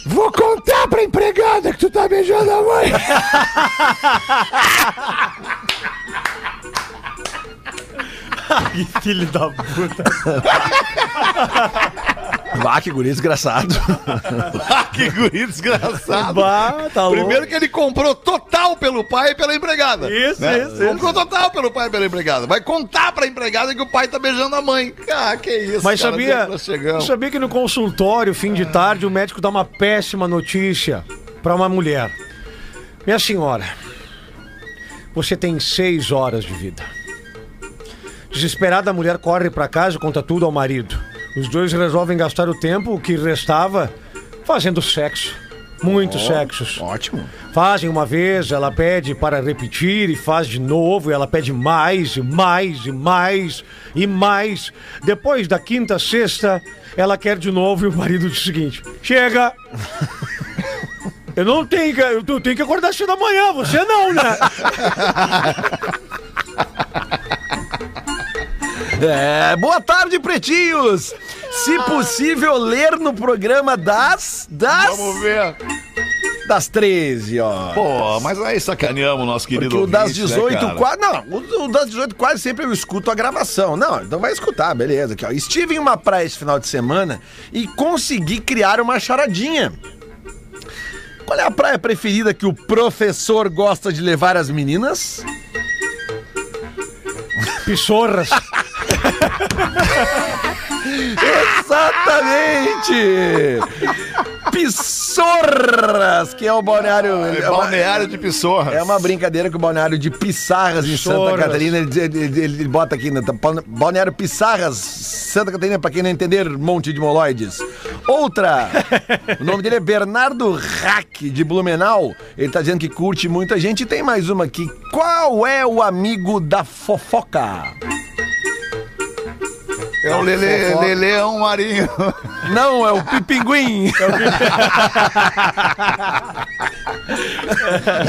C: Vou contar pra empregada que tu tá beijando a mãe.
E: Filho da puta.
D: Ah, que guri desgraçado.
C: Ah, que guri desgraçado.
E: Bah, tá louco.
C: Primeiro que ele comprou total pelo pai e pela empregada. né?
E: Isso, isso, isso.
C: Comprou total pelo pai e pela empregada. Vai contar pra empregada que o pai tá beijando a mãe. Ah, que isso,
E: Mas
C: cara, onde é
E: sabia,
C: que nós chegamos?
E: sabia que no consultório, fim de tarde, o médico dá uma péssima notícia pra uma mulher. Minha senhora, você tem seis horas de vida. Desesperada, a mulher corre pra casa e conta tudo ao marido. Os dois resolvem gastar o tempo que restava fazendo sexo. Muitos sexos.
D: Ótimo.
E: Fazem uma vez, ela pede para repetir e faz de novo, e ela pede mais e mais e mais e mais. Depois da quinta, sexta, ela quer de novo e o marido diz o seguinte: Chega! Eu não tenho que, eu tenho que acordar cedo amanhã, você não, né?
D: É, boa tarde, pretinhos! Se possível, ler no programa das. das.
C: Vamos ver.
D: das 13, ó.
C: Pô, mas aí sacaneamos o nosso querido
D: Porque o das
C: ouvinte, né,
D: 18
C: cara?
D: quase. Não, o, o das 18 quase sempre eu escuto a gravação. Não, então vai escutar, beleza. Aqui, ó. Estive em uma praia esse final de semana e consegui criar uma charadinha. Qual é a praia preferida que o professor gosta de levar as meninas?
E: Pissorras.
D: Exatamente! Pissorras, que é o balneário.
C: É um
D: é uma-
C: balneário de Pissorras.
D: É uma brincadeira que o balneário de Pissarras em Santa
E: Choras.
D: Catarina, ele, ele- ele bota aqui, né? tá, balneário Pissarras, Santa Catarina, pra quem não entender, monte de moloides. Outra, o nome dele é Bernardo Hack, de Blumenau. Ele tá dizendo que curte muita gente. E tem mais uma aqui, qual é o amigo da fofoca?
C: É o Lele, Leleão é um Marinho.
D: Não, é o Pipinguim.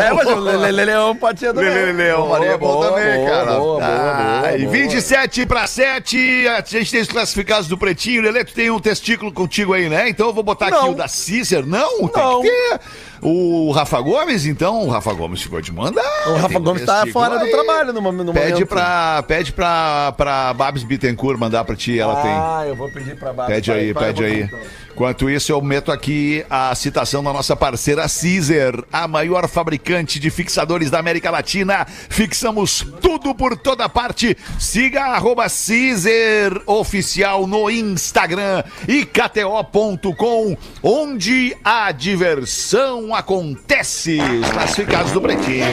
D: é, mas o Leleleão pode ser também.
C: Leleão Marinho é bom
D: Boa, né,
C: também,
D: boa,
C: cara.
D: boa, boa,
C: Ah,
D: boa,
C: e
D: boa.
C: 27 pra 7, a gente tem os classificados do Pretinho. Lele, tu tem um testículo contigo aí, né? Então eu vou botar aqui
D: Não.
C: o da Cícer. Não,
D: Não.
C: tem que ter. O Rafa Gomes, então, o Rafa Gomes ficou de mandar.
D: O Rafa
C: Tem um
D: Gomes tá
C: testículo
D: fora do
C: aí.
D: trabalho no, mom- no
C: Pede
D: momento.
C: pra, pede pra, pra Babs Bittencourt mandar pra ti, ela tem.
D: Ah, eu vou pedir pra baixo.
C: Pede aí, pede aí. Enquanto isso, eu meto aqui a citação da nossa parceira Caesar, a maior fabricante de fixadores da América Latina. Fixamos tudo por toda parte. Siga arroba Caesar Oficial no Instagram e KTO.com, onde a diversão não acontece. Os classificados do Pretinho.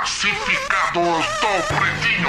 H: Classificados do Pretinho.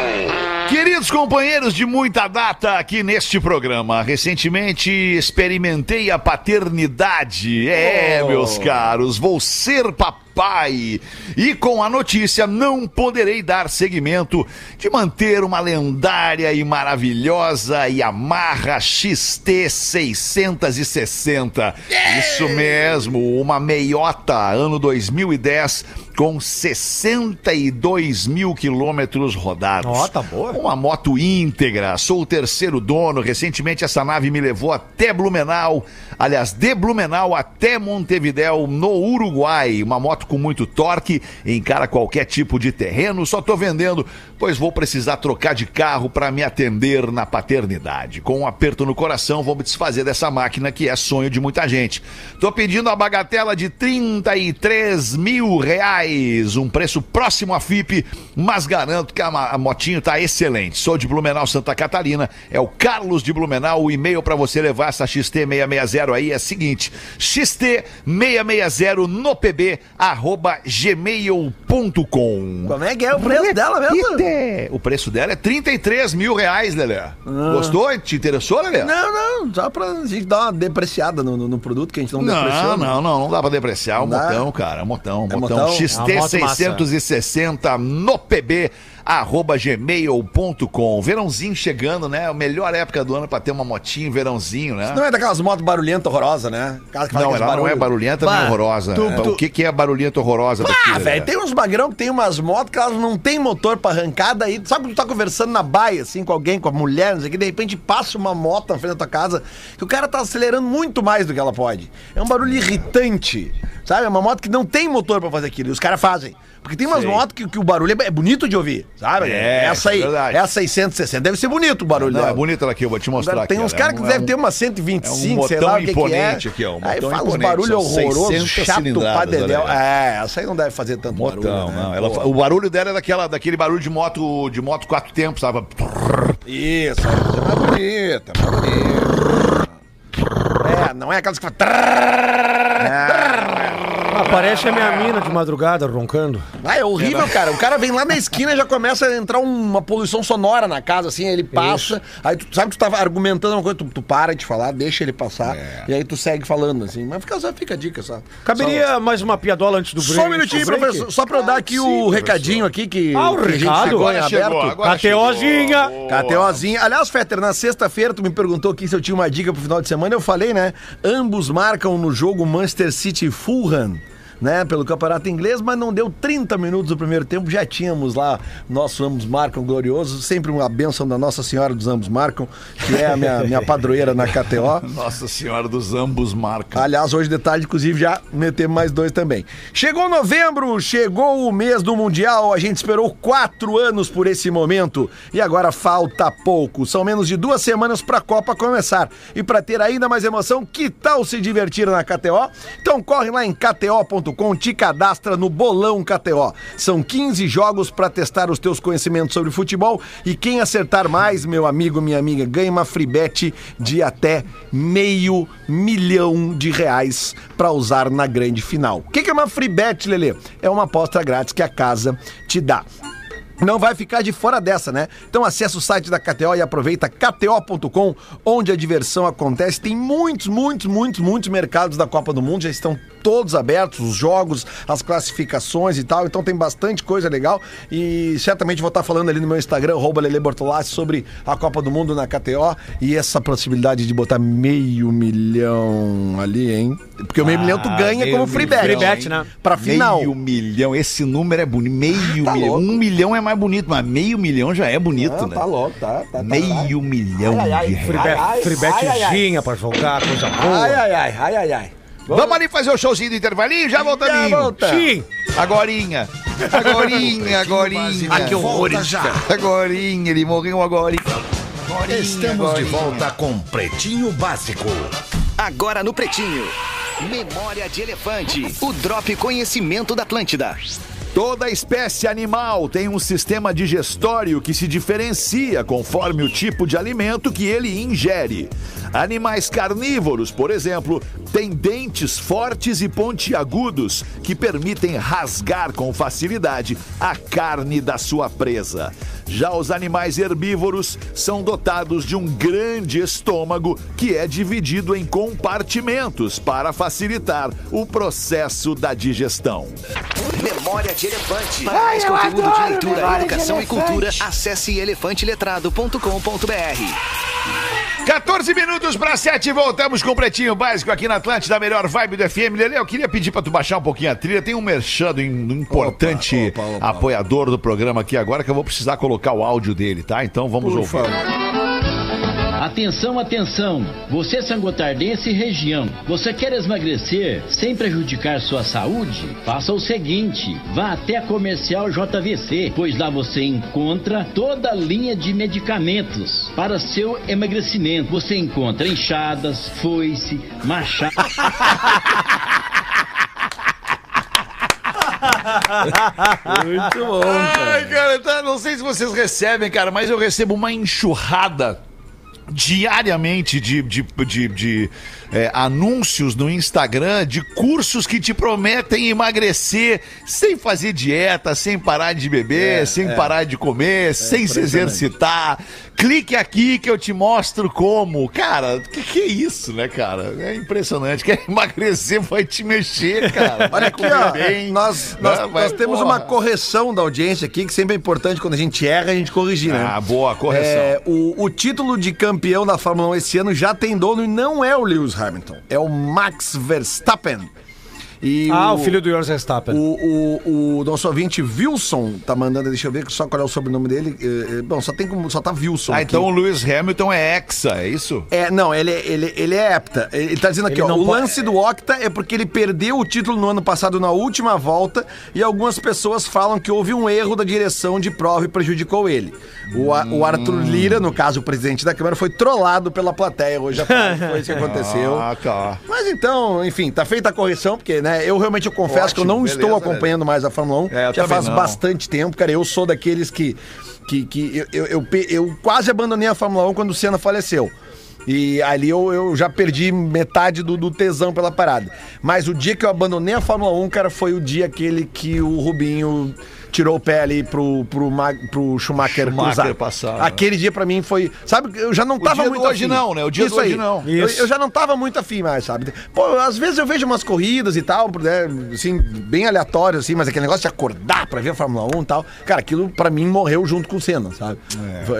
C: Queridos companheiros de muita data aqui neste programa, recentemente experimentei a paternidade. É,
E: Oh.
C: meus caros, vou ser papai. E com a notícia, não poderei dar seguimento de manter uma lendária e maravilhosa Yamaha XT660. Isso mesmo, uma meiota, ano 2010, com 62 mil quilômetros rodados.
E: Ó, tá boa.
C: Uma moto íntegra, sou o terceiro dono. Recentemente essa nave me levou até Blumenau, aliás, de Blumenau até Montevidéu, no Uruguai. Uma moto com muito torque, encara qualquer tipo de terreno, só tô vendendo, pois vou precisar trocar de carro para me atender na paternidade. Com um aperto no coração, vou me desfazer dessa máquina que é sonho de muita gente. Tô pedindo a bagatela de 33 mil reais, um preço próximo à FIP, mas garanto que a, ma- a motinho tá excelente. Sou de Blumenau, Santa Catarina, é o Carlos de Blumenau. O e-mail para você levar essa XT660 aí é o seguinte: XT660 no pb arroba gmail.com.
G: Como é que é o preço dela mesmo? Ah.
C: Eita! O preço dela é 33 mil reais, Lelê. Gostou? Te interessou, Lelê?
D: Não, não, só pra gente dar uma depreciada no, no- no produto que a gente não,
C: Não,
D: depreciou. né?
C: não, não, né? não dá pra depreciar. É um
D: Não dá.
C: motão, cara. É um motão, um
D: É
C: motão.
D: motão?
E: É uma moto
C: XT660 no pb arroba gmail.com. Verãozinho chegando, né? A melhor época do ano pra ter uma motinha, verãozinho, né?
D: Não é daquelas motos barulhentas, horrorosas, né? Aquelas que fazem
C: Não,
D: aqueles
C: ela não é
D: barulhos.
C: barulhenta nem
D: Bah,
C: horrorosa.
D: tu-
C: né?
D: tu-
C: O que, que é barulhenta horrorosa? né?
D: Ah, velho, tem uns magrão que tem umas motos que elas não tem motor pra arrancada aí. Sabe quando tu tá conversando na baia, assim, com alguém, com a mulher, não sei o que, de repente passa uma moto na frente da tua casa que o cara tá acelerando muito mais do que ela pode. É um barulho irritante, sabe? É uma moto que não tem motor pra fazer aquilo. E os caras fazem. Porque tem umas motos que, que o barulho é bonito de ouvir, sabe?
C: É,
D: essa aí,
C: é verdade.
D: essa 660. Deve ser bonito o barulho
C: Não,
D: dela.
C: é bonita ela aqui, eu vou te mostrar
D: tem
C: aqui,
D: uns
C: ela é
D: caras
C: um-
D: que
C: é
D: devem
C: um-
D: ter umas
C: é um
D: 125, sei
C: motão
D: lá o que, que é.
C: imponente aqui, ó, um
D: aí
C: motão
D: fala uns
C: imponente,
D: barulho
C: são 600
D: horroroso, chato pra
C: cilindradas,
D: dedéu.
C: olha
D: É, essa aí não deve fazer tanto
C: Motão,
D: barulho, né?
C: não. Ela
D: Pô.
C: fa- o barulho dela é daquela, daquele barulho de moto, de moto quatro tempos, sabe?
D: Isso, é mais bonita, mais bonita. É, não é aquelas que né? faz...
E: Ah, parece a minha mina de madrugada roncando.
D: Ah, é horrível, cara. O cara vem lá na esquina e já começa a entrar um, uma poluição sonora na casa, assim, aí ele passa, aí tu sabe que tu tava argumentando uma coisa, tu, tu para de falar, deixa ele passar,
C: É.
D: e aí tu segue falando, assim. Mas fica, só fica a dica, só. um
E: Caberia mais uma piadola antes do break.
D: Só um minutinho,
E: break? É
D: professor. Só pra eu dar aqui
C: sim,
D: o
C: professor.
D: recadinho aqui que,
E: Ah, o
D: que a gente
E: recado?
D: ficou em
C: Agora chegou,
D: aberto.
C: agora chegou.
E: KTOzinha.
C: Boa.
D: KTOzinha. Aliás, Fetter, na sexta-feira tu me perguntou aqui se eu tinha uma dica pro final de semana. Eu falei, né? Ambos marcam no jogo Manchester City e Fulham. Né, pelo campeonato inglês, mas não deu 30 minutos do primeiro tempo, já tínhamos lá nosso Ambos Marcam glorioso, sempre uma bênção da Nossa Senhora dos Ambos Marcam, que é a minha, minha padroeira na KTO.
C: Nossa Senhora dos Ambos marca.
D: Aliás, hoje detalhe, inclusive, já metemos mais dois também. Chegou novembro, chegou o mês do Mundial. A gente esperou quatro anos por esse momento e agora falta pouco. São menos de duas semanas para a Copa começar. E para ter ainda mais emoção, que tal se divertir na KTO? Então corre lá em kto.com, te cadastra no Bolão KTO. São 15 jogos para testar os teus conhecimentos sobre futebol e quem acertar mais, meu amigo, minha amiga, ganha uma free bet de até meio milhão de reais para usar na grande final. O que, que é uma free bet, Lelê? É uma aposta grátis que a casa te dá. Não vai ficar de fora dessa, né? Então acessa o site da KTO e aproveita kto.com, onde a diversão acontece. Tem muitos, muitos, muitos, muitos mercados da Copa do Mundo, já estão todos abertos, os jogos, as classificações e tal. Então tem bastante coisa legal e certamente vou estar falando ali no meu Instagram, arroba Lele Bortolassi, sobre a Copa do Mundo na KTO e essa possibilidade de botar meio milhão ali, hein? Porque o meio milhão tu ganha como free bet.
E: Free bet, né?
D: Pra final.
C: Meio milhão, esse número é bonito. Meio
D: Tá
C: milhão.
D: louco.
C: Um milhão é mais bonito, mas meio milhão já é bonito, né?
D: louco, tá? tá- tá-
C: Meio milhão de reais.
E: Fribet- Fribetzinha pra jogar, coisa
D: Ai,
E: boa.
D: ai, ai, ai, ai, ai.
C: Vamos ali fazer o showzinho do intervalinho, já voltamos.
D: Já tá volta.
E: Sim.
C: Agorinha. Agorinha, agorinha.
A: que horror, já.
C: Agorinha, ele morreu agora.
A: Estamos de volta com Pretinho Básico.
I: Agora no Pretinho. Memória de Elefante. O Drop Conhecimento da Atlântida.
C: Toda espécie animal tem um sistema digestório que se diferencia conforme o tipo de alimento que ele ingere. Animais carnívoros, por exemplo, têm dentes fortes e pontiagudos que permitem rasgar com facilidade a carne da sua presa. Já os animais herbívoros são dotados de um grande estômago que é dividido em compartimentos para facilitar o processo da digestão.
I: Memória de Elefante. Para mais conteúdo de leitura, educação e cultura, acesse elefanteletrado.com.br.
C: 14 minutos para 7, voltamos com o Pretinho Básico aqui na Atlântida, a melhor vibe do FM. Lele, eu queria pedir para tu baixar um pouquinho a trilha. Tem um merchado importante
D: Opa, opa, opa.
C: apoiador do programa aqui agora que eu vou precisar colocar o áudio dele, tá? Então vamos ouvir.
J: Atenção, atenção! Você sangotardense e região, você quer emagrecer sem prejudicar sua saúde? Faça o seguinte, vá até a Comercial JVC, pois lá você encontra toda a linha de medicamentos para seu emagrecimento. Você encontra enxadas, foice, machado...
D: Muito bom, cara.
C: Ai, cara, tá, não sei se vocês recebem, cara, mas eu recebo uma enxurrada diariamente de, de, de- de, é, anúncios no Instagram de cursos que te prometem emagrecer sem fazer dieta, sem parar de beber,
D: É,
C: sem parar de comer, sem se exercitar. Clique aqui que eu te mostro como. Cara, que que é isso, né, cara? É impressionante. Quer emagrecer, vai te mexer, cara.
D: Olha aqui, ó. Nós, nós,
C: Não,
D: nós
C: mas,
D: temos
C: porra.
D: uma correção da audiência aqui, que sempre é importante quando a gente erra, a gente corrigir, né?
C: Ah, boa, correção.
D: É, o, o título de campeão da Fórmula 1 esse ano já tem dono e não é o Lewis Hamilton, é o Max Verstappen. E
E: Ah, o filho do Joris Verstappen.
D: O, o, o nosso ouvinte Wilson tá mandando, deixa eu ver só qual é o sobrenome dele. É, é, Bom, só tem como. Só tá Wilson.
C: Ah,
D: aqui.
C: então o Lewis Hamilton é hexa, é isso?
D: É, não, ele, ele, ele é hepta. Ele tá dizendo aqui,
E: Ele
D: ó.
E: não
D: O
E: pode-
D: lance do Octa é porque ele perdeu o título no ano passado na última volta e algumas pessoas falam que houve um erro da direção de prova e prejudicou ele. O, A- o
E: Hum.
D: Arthur Lira, no caso o presidente da Câmara, foi trollado pela plateia hoje à tarde. Foi isso que aconteceu.
C: Ah, tá.
D: Mas então, enfim, tá feita a correção, porque, né, eu realmente eu confesso que eu não
C: beleza, né?
D: estou acompanhando mais a Fórmula 1.
C: É, eu
D: já
C: também
D: faz
C: não.
D: bastante tempo, cara. Eu sou daqueles que. que, que eu, eu, eu pe- eu quase abandonei a Fórmula 1 quando o Senna faleceu. E ali eu, eu já perdi metade do, do tesão pela parada. Mas o dia que eu abandonei a Fórmula 1, cara, foi o dia aquele que o Rubinho tirou o pé ali pro, pro, Ma- pro Schumacher,
C: Schumacher
D: cruzar.
C: passar, né?
D: Aquele dia pra mim foi. Sabe, eu já não tava
C: dia do
D: muito.
C: hoje não, né? O dia do
D: Isso
C: hoje
D: aí.
C: não.
D: Eu,
E: Isso.
D: eu já não tava muito afim mais, sabe? Pô, às vezes eu vejo umas corridas e tal, né, assim, bem aleatório, assim, mas aquele negócio de acordar pra ver a Fórmula 1 e tal. Cara, aquilo pra mim morreu junto com o Senna, sabe?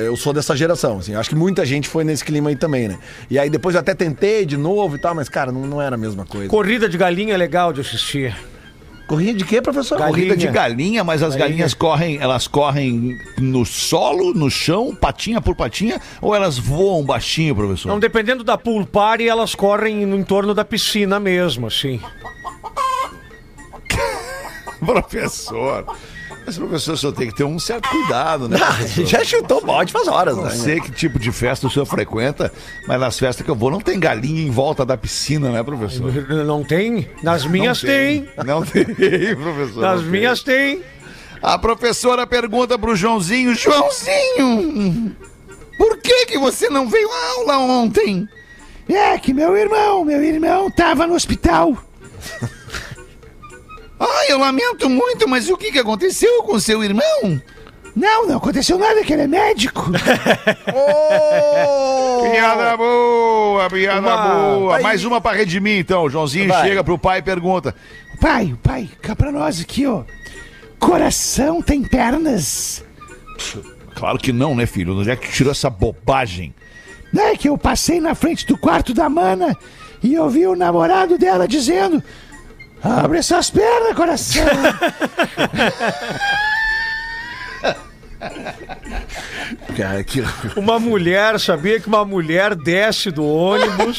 D: Eu sou dessa geração, assim. Acho que muita gente foi nesse clima aí também, né? E aí depois eu até tentei de novo e tal, mas, cara, não, não era a mesma coisa.
E: Corrida de galinha é legal de assistir.
D: Corrida de quê, professor?
E: Galinha.
C: Corrida de galinha, mas as galinhas correm, elas correm no solo, no chão, patinha por patinha, ou elas voam baixinho, professor?
E: Então, dependendo da pool party, elas correm no entorno da piscina mesmo, assim.
C: Professor. Mas, professor, o senhor tem que ter um certo cuidado, né? professor?
D: Já chutou o balde faz horas,
C: Não
D: né?
C: sei que tipo de festa o senhor frequenta, mas nas festas que eu vou não tem galinha em volta da piscina, né, professor?
E: Não tem? Nas minhas
C: Não
E: tem.
C: Não tem, professor.
E: Nas
C: não tem.
E: minhas tem.
C: A professora pergunta pro Joãozinho: Joãozinho, por que que você não veio à aula ontem?
F: É que meu irmão, meu irmão tava no hospital.
C: Ah, eu lamento muito, mas o que, que aconteceu com seu irmão?
F: Não, não aconteceu nada, que ele é médico.
C: Oh! Piada boa, piada
E: Uma-
C: boa. Mais uma pra redimir, então. Joãozinho chega pro pai e pergunta.
F: Pai, pai, cá pra nós aqui, ó. Coração tem pernas.
C: Claro que não, né, filho? Onde é que tu tirou essa bobagem?
F: É que eu passei na frente do quarto da mana e eu vi o namorado dela dizendo: Abre essas pernas, coração.
D: Cara, que...
E: Uma mulher, sabia que uma mulher desce do ônibus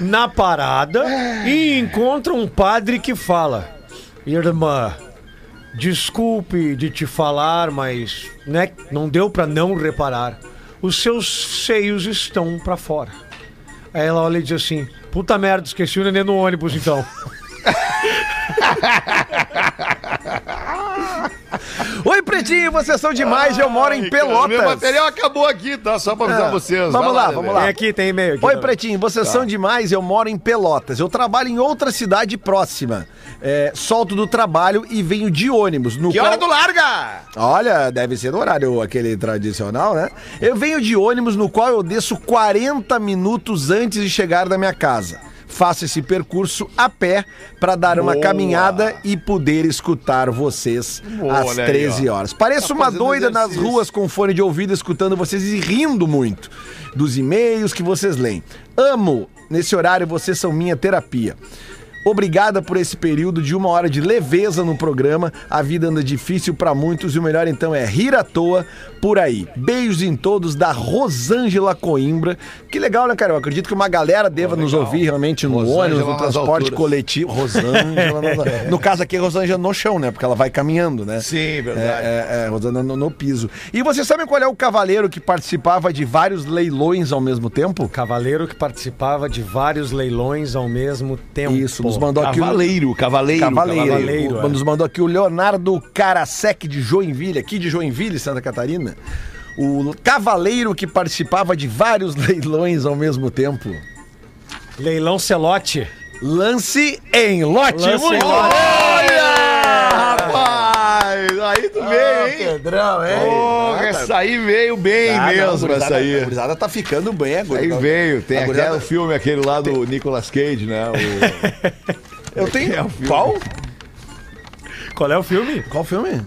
E: na parada e encontra um padre que fala: Irmã, desculpe de te falar, mas né, não deu pra não reparar. Os seus seios estão pra fora. Aí ela olha e diz assim: Puta merda, esqueci o neném no ônibus então.
D: Oi, Pretinho, vocês são demais. Eu moro em
C: Ai, cara, Meu
D: Pelotas.
C: material acabou aqui, tá? Só pra avisar
D: Ah,
C: vocês.
D: Vamos
C: Vai
D: lá,
C: Lelê.
D: vamos lá.
E: Tem aqui, tem e-mail. aqui
D: Oi,
E: também.
D: Pretinho, vocês são demais, eu moro em Pelotas. Eu trabalho em outra cidade próxima. É, solto do trabalho e venho de ônibus. No
C: Que
D: qual-
C: hora do larga?
D: Olha, deve ser no horário aquele tradicional, né? Eu venho de ônibus no qual eu desço 40 minutos antes de chegar na minha casa. Faço esse percurso a pé para dar uma
C: Boa.
D: caminhada e poder escutar vocês
C: Boa,
D: às
C: olha aí, Tá
D: 13 horas. Pareço uma
C: fazendo
D: doida nas
C: exercício.
D: ruas com fone de ouvido escutando vocês e rindo muito dos e-mails que vocês leem. Amo, nesse horário vocês são minha terapia. Obrigada por esse período de uma hora de leveza no programa. A vida anda difícil pra muitos e o melhor então é rir à toa por aí. Beijos em todos da Rosângela Coimbra. Que legal, né, cara? Eu acredito que uma galera deva nos ouvir realmente no
C: Rosângela
D: ônibus, no
C: nas
D: transporte
C: alturas.
D: coletivo. Rosângela. nas- no caso aqui, é Rosângela no chão, né? Porque ela vai caminhando, né?
C: Sim, verdade.
D: É, é, é, rodando no, no piso. E vocês sabem qual é o cavaleiro que participava de vários leilões ao mesmo tempo?
E: Cavaleiro que participava de vários leilões ao mesmo tempo.
D: Isso, nos mandou aqui um
C: Cavaleiro,
D: o
C: cavaleiro,
D: Cavaleiro.
E: cavaleiro,
D: O-
E: é.
D: Nos mandou aqui o Leonardo Karasek de Joinville, aqui de Joinville, Santa Catarina. O cavaleiro que participava de vários leilões ao mesmo tempo.
E: Leilão Celote.
D: Lance em lote.
E: Lance em
D: Muito
E: lote.
D: Olha,
C: Rapaz, aí tu veio, hein?
D: Pedrão, é.
C: Porra, essa aí veio bem mesmo, essa aí.
D: A gurizada tá ficando bem agora.
C: Aí veio, tem
D: A
C: até
D: gurizada-
C: o filme aquele lá do Nicolas Cage, né? O-
D: Eu tenho. Qual?
E: Qual é o filme?
D: Qual filme?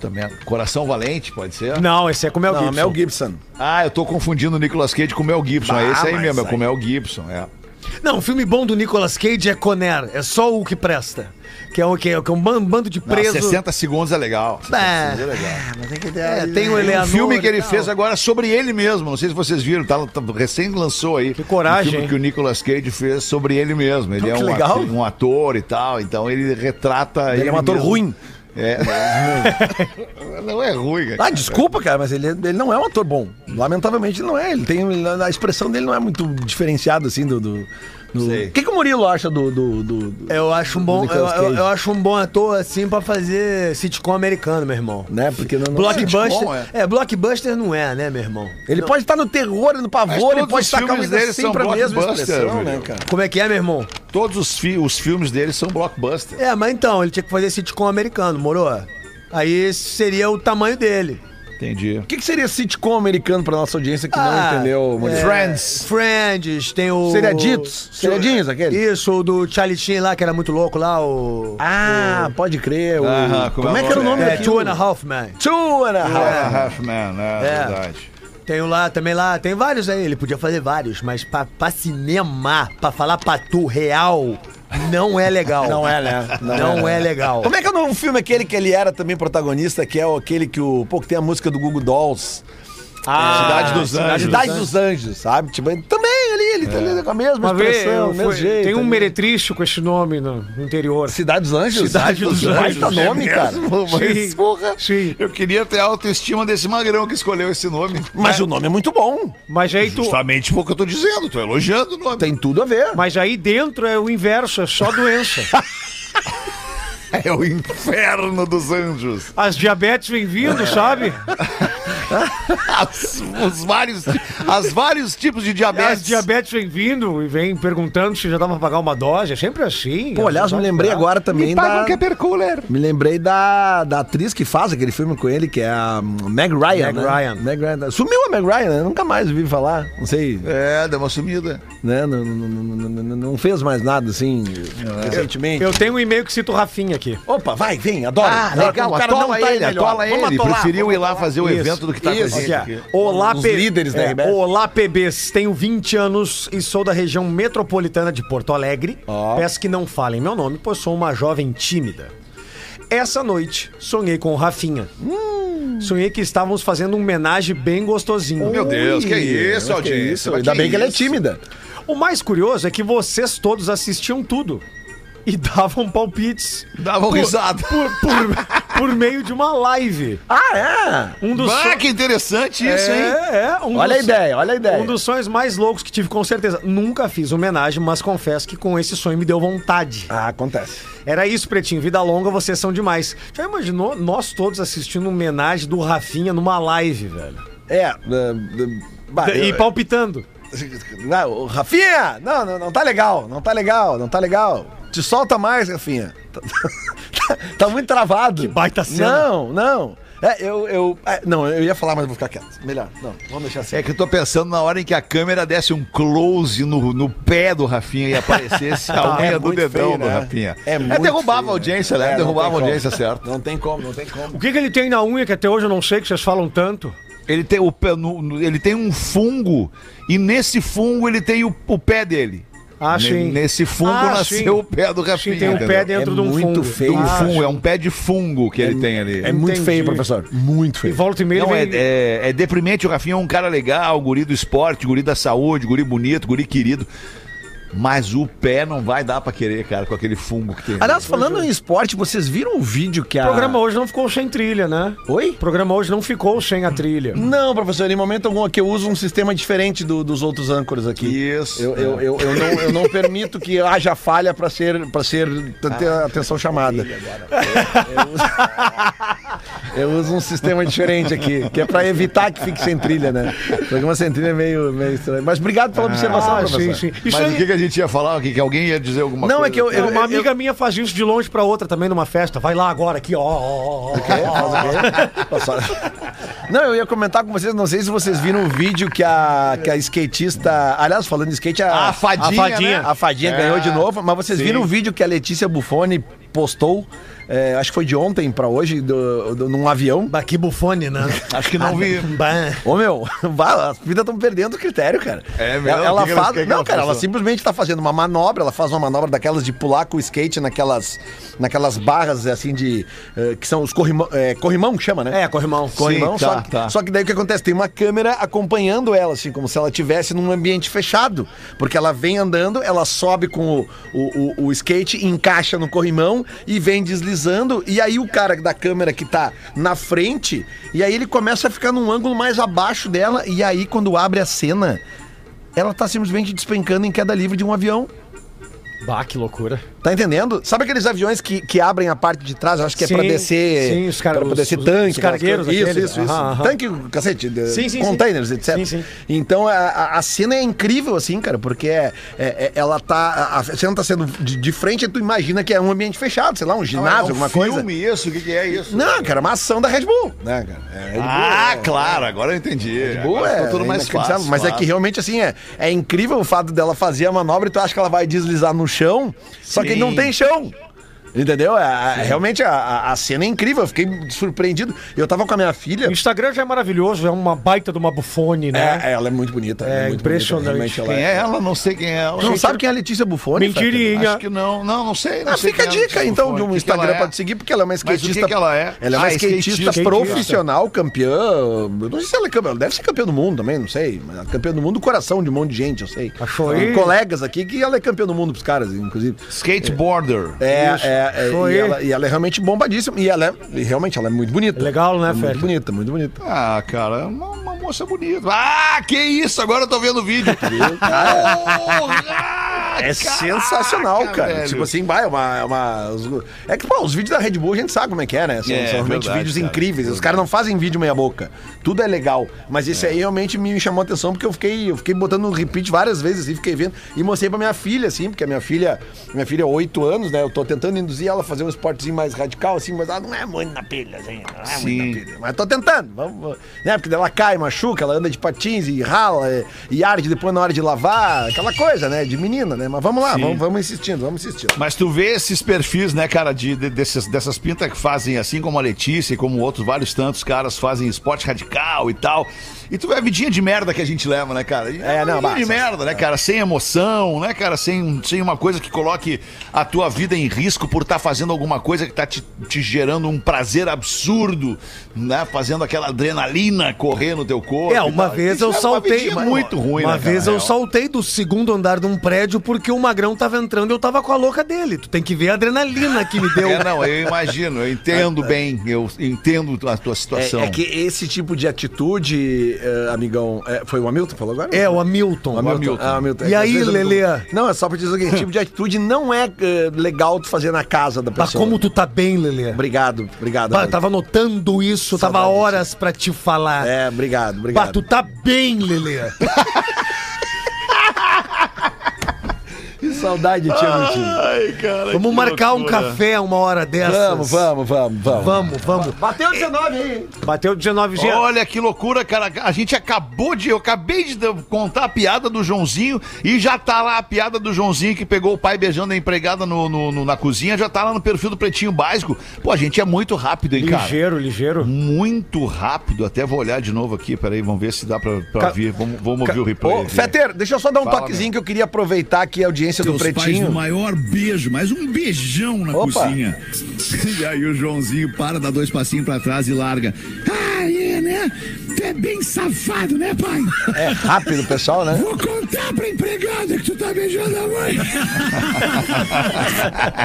C: Também, Coração Valente, pode ser?
E: Não, esse é com o Mel
D: Não,
E: Gibson.
D: Mel Gibson.
C: Ah, eu tô confundindo o Nicolas Cage com o Mel Gibson. é esse aí
D: mas
C: mesmo, é com
D: aí-
C: o Mel Gibson, é.
G: Não, o filme bom do Nicolas Cage é Conner. É só o que presta. Que é, o, que é, que é um ban- bando de
C: Não,
G: preso.
C: 60 segundos é legal. 60
G: Ah,
C: segundos é legal.
G: é,
E: né?
G: tem o
C: Tem
G: Eleanor.
C: um filme que ele
G: e tal.
C: fez agora sobre ele mesmo. Não sei se vocês viram, tá, tá- recém lançou aí. Que
E: coragem,
C: filme
E: hein?
C: que o Nicolas Cage fez sobre ele mesmo. Ele
D: Oh,
C: é
D: que
C: um,
D: legal.
C: ator, um ator e tal, então ele retrata. Ele,
D: é um ator
C: mesmo.
D: ruim.
C: É. não é ruim, cara.
D: Ah, desculpa, cara, mas ele, ele não é um ator bom. Lamentavelmente ele não é. Ele tem. A expressão dele não é muito diferenciada, assim, do. do, do-
C: Sei.
D: O que, que o Murilo acha do. do, do- do-
G: Eu acho um bom,
D: Do
G: eu,
D: Nicolas
G: eu-
D: Cage.
G: eu acho um bom ator assim pra fazer sitcom americano, meu irmão.
D: Né? Porque não. não-
G: blockbuster,
C: sitcom, é?
G: é. blockbuster não é, né, meu irmão?
D: Ele pode estar no terror, no
C: Mas
D: pavor,
C: todos
D: ele
C: os
D: pode estar com a
C: filmes
D: vida
C: dele são
D: sempre a mesma
C: blockbuster,
D: expressão, né,
C: Murilo?
D: cara?
G: Como é que é, meu irmão?
C: Todos os, fi- os filmes dele são blockbuster.
G: É, mas então, ele tinha que fazer sitcom americano, moro? Aí seria o tamanho dele.
C: Entendi.
D: O que, que seria sitcom americano pra nossa audiência que
G: Ah,
D: não entendeu, Murilo?
C: Friends.
G: Friends, tem o.
D: Seriaditos, seriadinhos, aquele?
G: Isso, o do Charlie Sheen lá, que era muito louco lá, o.
D: Ah, pode crer. o-
C: Aham,
D: como, é que era o nome
G: é,
D: daquilo?
G: Two and a Half Man.
D: Two and a
C: Ah,
D: Half.
C: Halfman, é,
G: É.
C: verdade.
G: Tem o lá, também lá, tem vários aí. Ele podia fazer vários, mas pra, pra cinema, pra falar pra tu real, não é legal.
D: Não é, né?
G: Não, é, legal.
D: Como é que é o novo filme aquele que ele era também protagonista, que é o- aquele que o. Pô, que tem a música do Google Dolls. é?
C: Ah, Cidade dos
D: Na
C: Anjos.
D: Cidade dos Anjos, sabe? Tipo, ele também ali, ele tá ali com a mesma
E: Uma vez,
D: expressão,
E: eu
D: o mesmo
E: fui-
D: jeito.
E: tem um
D: ali.
E: meretricho com esse nome no no interior.
D: Cidade dos Anjos?
E: Cidade dos
D: Baita
E: Anjos,
D: nome,
C: é
D: cara.
C: mesmo, mas,
E: Sim,
C: porra,
E: sim.
C: Eu queria ter a autoestima desse magrão que escolheu esse nome.
D: Mas o nome é muito bom.
E: Mas aí tu.
C: Justamente o que eu tô dizendo, tô elogiando o nome.
D: Tem tudo a ver.
E: Mas aí dentro é o inverso, é só doença.
C: É o inferno dos anjos. É.
E: As diabetes vem vindo, sabe?
C: As, os vários, as vários tipos de diabetes.
E: As diabetes vem vindo e vem perguntando se já dá pra pagar uma dose. É sempre assim.
D: Pô, aliás, me lembrei agora também
F: Me
C: um
D: da.
F: pagam que é percooler.
D: Me lembrei da, da atriz que faz aquele filme com ele, que é a Meg Ryan.
E: Meg
D: né?
E: Ryan.
D: Meg Ryan. Sumiu a Meg Ryan, né? Nunca mais vi falar. Não sei.
C: É, deu uma sumida.
D: Né? Não, não- não- não- não fez mais nada assim recentemente.
E: Eu tenho um e-mail que cita o Rafinha aqui.
D: Opa, vai, vem, adoro.
C: Ah,
D: Adoro
C: legal,
D: quando o cara
C: atola
D: não tá
C: ele,
D: melhor.
C: atola
D: Vamos
C: ele.
D: atolar,
C: Preferiu
D: vamos
C: ir lá fazer o
E: Isso,
C: evento do que tá
D: isso,
C: com a gente
E: Aqui,
C: aqui.
E: ó. Olá,
D: Os
E: P- é,
D: líderes da RBS.
E: Olá, PBs. Tenho 20 anos e sou da região metropolitana de Porto Alegre. Peço que não falem meu nome, pois sou uma jovem tímida. Essa noite, sonhei com o Rafinha. Sonhei que estávamos fazendo um homenagem bem gostosinho.
C: Meu Deus, que é
D: Mas que
C: isso, audiência.
D: isso,
C: mas
D: Ainda bem que ela é
C: isso.
D: tímida.
E: O mais curioso é que vocês todos assistiam tudo. E davam palpites.
C: Dava um risada.
E: Por, por, por meio de uma live.
D: Ah, é?
E: Um dos
C: Ah,
E: son-
C: que interessante isso, hein?
E: É, é. Um
D: Olha a
E: dos-
D: ideia, olha a ideia.
E: Um dos sonhos mais loucos que tive, com certeza. Nunca fiz homenagem, mas confesso que com esse sonho me deu vontade.
D: Ah, acontece.
E: Era isso, Pretinho. Vida longa, vocês são demais. Já imaginou nós todos assistindo uma homenagem do Rafinha numa live, velho?
D: É. ah, ah, bah,
E: E
D: eu-
E: palpitando.
D: Não, ô, Rafinha! Não, não, não tá legal, não tá legal, não tá legal. Te solta mais, Rafinha. Tá, tá- tá muito travado. Que
E: baita cena.
D: Não, não. É, eu, eu. é, não, eu ia falar, mas eu vou ficar quieto. Melhor, não, vamos deixar assim.
C: É que eu tô pensando na hora em que a câmera desse um close no, no pé do Rafinha e aparecesse a unha
D: é
C: do
D: muito
C: dedão
D: feio,
C: do
D: né?
C: Rafinha.
D: É muito
C: derrubava
D: feio,
C: a audiência, né?
D: É, não
C: derrubava
D: tem
C: a audiência,
D: como.
C: certo.
D: Não tem como, não tem como.
E: O que, que ele tem na unha que até hoje eu não sei, que vocês falam tanto?
C: Ele tem, o, pé no- no- ele tem um fungo e nesse fungo ele tem o, o pé dele.
E: Ah, sim.
C: Nesse fungo
E: Ah,
C: nasceu
E: sim.
C: o pé do Rafinha.
E: Sim, tem um pé
C: entendeu?
E: dentro
D: É
E: de um fungo.
D: muito feio.
C: Um
E: Ah,
C: fungo, é um pé de fungo que ele tem ali.
D: É muito
E: Entendi.
D: feio, professor. Muito
E: E
D: feio.
E: volta e meia
C: Não, é,
E: ele vem...
C: é, é deprimente. O Rafinha é um cara legal, guri do esporte, guri da saúde, guri bonito, guri querido. Mas o pé não vai dar pra querer, cara, com aquele fungo que tem.
D: Aliás, falando em esporte, vocês viram o vídeo que a.
E: O programa hoje não ficou sem trilha, né?
D: Oi? Hum.
E: O programa hoje não ficou sem a trilha.
D: Não, professor, em momento algum aqui eu uso um sistema diferente do- dos outros âncoras aqui.
C: Isso.
D: Eu, eu, eu, eu não, eu não permito que haja falha para ser, pra ser ter a atenção chamada. Eu, eu uso, eu uso um sistema diferente aqui, que é para evitar que fique sem trilha, né? O programa sem trilha é meio, meio estranho. Mas obrigado pela observação,
E: Ah,
D: professor.
E: sim, sim. Isso
C: Mas
E: aí...
C: o que, que a gente ia falar? Que, que alguém ia dizer alguma
D: Não,
C: coisa?
D: é que eu-
E: É, uma amiga minha faz isso de longe pra outra também numa festa. Vai lá agora, aqui, ó. ó, ó, ó,
D: É,
E: ó.
D: faz o quê? Faz só- Não, eu ia comentar com vocês, não sei se vocês viram o vídeo que a, que a skatista. Aliás, falando de skate, a,
C: A fadinha,
D: a fadinha,
C: né?
D: a fadinha
C: É.
D: ganhou de novo, mas vocês
C: Sim.
D: viram o vídeo que a Letícia Buffoni postou, é, acho que foi de ontem pra hoje, do, do- num avião.
G: Bah, que bufone, né?
C: Acho que não vi.
G: Bah.
D: Ô meu, vá, as vidas estão perdendo o critério, cara.
C: É mesmo?
D: Ela,
C: O
D: ela
C: que que elas
D: faz.
C: querem que
D: não,
C: ela
D: cara,
C: faça?
D: ela simplesmente tá fazendo uma manobra, ela faz uma manobra daquelas de pular com o skate naquelas, naquelas barras assim de. eh, que são os corrimão. eh, corrimão que chama, né?
E: É, corrimão.
D: Corrimão,
C: Sim,
D: só,
C: tá,
D: que,
C: tá.
D: só que daí o que acontece? Tem uma câmera acompanhando ela, assim, como se ela estivesse num ambiente fechado. Porque ela vem andando, ela sobe com o, o, o- o skate, encaixa no corrimão e vem deslizando. E aí o cara da câmera que tá na frente, e aí ele começa a ficar num ângulo mais abaixo dela. E aí quando abre a cena, ela tá simplesmente despencando em queda livre de um avião.
E: Bah, que loucura.
D: Tá entendendo? Sabe aqueles aviões que, que abrem a parte de trás? Eu acho que é pra
E: Sim,
D: descer.
E: sim, os car-
D: pra
E: os-
D: descer
E: os-
D: tanque.
E: os cargueiros
D: aquelas coisas. Isso,
E: aqueles.
D: isso, isso.
E: Aham, aham.
D: Tanque, cacete. de-
E: Sim, sim,
D: containers,
E: sim.
D: etc.
E: Sim, sim.
D: Então a, a- a cena é incrível, assim, cara, porque é, é- é- ela tá. A, a cena tá sendo de, de frente e tu imagina que é um ambiente fechado, sei lá, um
C: Não, é um
D: ginásio, alguma coisa.
C: filme isso? O que, que é isso?
D: Não, cara, é uma ação da Red Bull, né, cara? É, Red Bull,
C: Ah,
D: é.
C: claro, agora eu entendi.
D: Boa,
C: agora
D: é,
C: ficou tudo mais
D: inacreditável,
C: fácil.
D: Mas é
C: claro.
D: que realmente, assim, é, é incrível o fato dela fazer a manobra e tu acha que ela vai deslizar no chão, só que
C: Sim.
D: não tem chão. Entendeu? É, é, realmente a- a, a cena é incrível, eu fiquei surpreendido. Eu tava com a minha filha.
E: O Instagram já é maravilhoso, é uma baita de uma bufone, né?
D: É, ela é muito bonita. ela
E: É
D: muito bonita,
E: impressionante.
D: realmente ela
C: Quem
D: é.
C: é ela? Não sei quem é ela.
D: Tu não sabe quem é a Letícia Buffoni? Fetter?
E: Mentirinha.
C: Acho que não. Não, não sei. Não
D: Ah,
C: sei
D: fica a
C: quem é,
D: dica,
C: não sei
D: então,
C: o
D: de um
C: que que ela é.
D: Instagram pra te seguir, porque ela é uma
C: que
D: skatista.
C: que ela é?
D: Ela é uma
C: Ah,
D: skatista,
C: skatista.
D: profissional, campeã. eu Não sei se ela é campeã. Ela deve ser campeã do mundo também, não sei. Mas ela é campeã do mundo do coração de um monte de gente, eu sei.
E: Achou
D: Tem
E: aí?
D: colegas aqui que ela é campeã do mundo pros caras, inclusive.
C: Skateboarder.
D: É, é, é,
E: Achou
D: e,
E: aí?
D: ela, e ela é realmente bombadíssima. E ela é, e realmente, ela é muito bonita.
E: Legal, né,
D: é Muito
E: Feta?
D: bonita, muito bonita.
C: Ah, cara, é uma, uma moça bonita. Ah, que isso? Agora eu tô vendo o vídeo. Ah, Porra!
D: É sensacional,
C: Caraca,
D: cara.
C: velho.
D: Tipo assim, vai, é uma, é uma. os- É que, pô, os vídeos da Red Bull a gente sabe como é que é, né? São,
C: É,
D: são realmente
C: verdade,
D: vídeos
C: cara.
D: incríveis. Os caras não fazem vídeo meia-boca. Tudo é legal. Mas esse aí realmente me chamou a atenção porque eu fiquei, eu fiquei botando no repeat várias vezes, assim, fiquei vendo. E mostrei pra minha filha, assim, porque a minha filha, minha filha é 8 anos, né? Eu tô tentando induzir ela a fazer um esportezinho mais radical, assim, mas ela não é muito na pilha, assim. Não é muito na pilha. Mas tô tentando. Vamos, vamos- né? Porque daí ela cai, machuca, ela anda de patins e rala e, e arde depois na hora de lavar. Aquela coisa, né? De menina, né? Mas vamos lá, vamos, vamos insistindo, vamos insistindo.
C: Mas tu vê esses perfis, né, cara, de, de- desses- dessas pintas que fazem assim, como a Letícia e como outros, vários tantos caras fazem esporte radical e tal. E tu vê a vidinha de merda que a gente leva, né, cara? É,
D: não,
C: vidinha de
D: mas-
C: merda, né, cara? Sem emoção, né, cara? Sem, sem uma coisa que coloque a tua vida em risco por estar fazendo alguma coisa que tá te, te gerando um prazer absurdo, né? Fazendo aquela adrenalina correr no teu corpo.
G: É,
C: e
G: uma
C: tal.
G: vez
C: Isso
G: eu
C: é Uma
G: saltei.
C: vidinha muito ruim,
G: Uma
C: né, cara?
G: vez eu
C: É,
G: saltei do segundo andar de um prédio porque o magrão tava entrando e eu tava com a louca dele. Tu tem que ver a adrenalina que me deu.
C: É, não, eu imagino, eu entendo bem, eu entendo a tua situação.
D: É, é que esse tipo de atitude, eh, amigão. eh, foi o Hamilton que falou agora?
G: É, o Hamilton.
D: O Hamilton. Ah, Hamilton.
G: E
D: É, às
G: aí,
D: vezes eu-
G: Lelê?
D: Não, é só pra dizer que esse tipo de atitude não é eh, legal tu fazer na casa da
G: Mas
D: pessoa.
G: como tu tá bem, Lelê?
D: Obrigado, obrigado.
G: Bah, eu
D: amigo.
G: tava notando isso, tava
D: Saudade.
G: horas pra te falar.
D: É, obrigado,
G: Bah, tu
D: obrigado.
G: tá bem, Lelê.
D: Que saudade de ti, Hamilton.
C: Ai, cara.
G: Vamos
C: que
G: marcar um
C: loucura.
G: café uma hora dessas.
D: Vamos, vamos, vamos, vamos.
G: Vamos, vamos.
D: Bateu 19 aí.
E: Bateu 19 G.
C: Olha que loucura, cara. A gente acabou de. Eu acabei de dar- contar a piada do Joãozinho e já tá lá a piada do Joãozinho que pegou o pai beijando a empregada no, no- no- na cozinha, já tá lá no perfil do Pretinho Básico. Pô, a gente é muito rápido, hein, cara?
E: ligeiro, ligeiro.
C: Muito rápido. Até vou olhar de novo aqui, peraí, vamos ver se dá pra, pra ver. Vamos, vamos ouvir o replay.
D: Ô,
C: aqui.
D: Feter, deixa eu só dar um
C: Fala,
D: toquezinho que eu queria aproveitar aqui a audiência do
K: Teus pais no
D: Pretinho.
K: maior beijo, mas um beijão na
D: Opa.
K: cozinha. E aí o Joãozinho para, dá dois passinhos pra trás e larga. Ah, é, né? Tu é bem safado, né, pai?
D: É rápido, pessoal, né?
K: Vou contar pra empregada que tu tá beijando a mãe.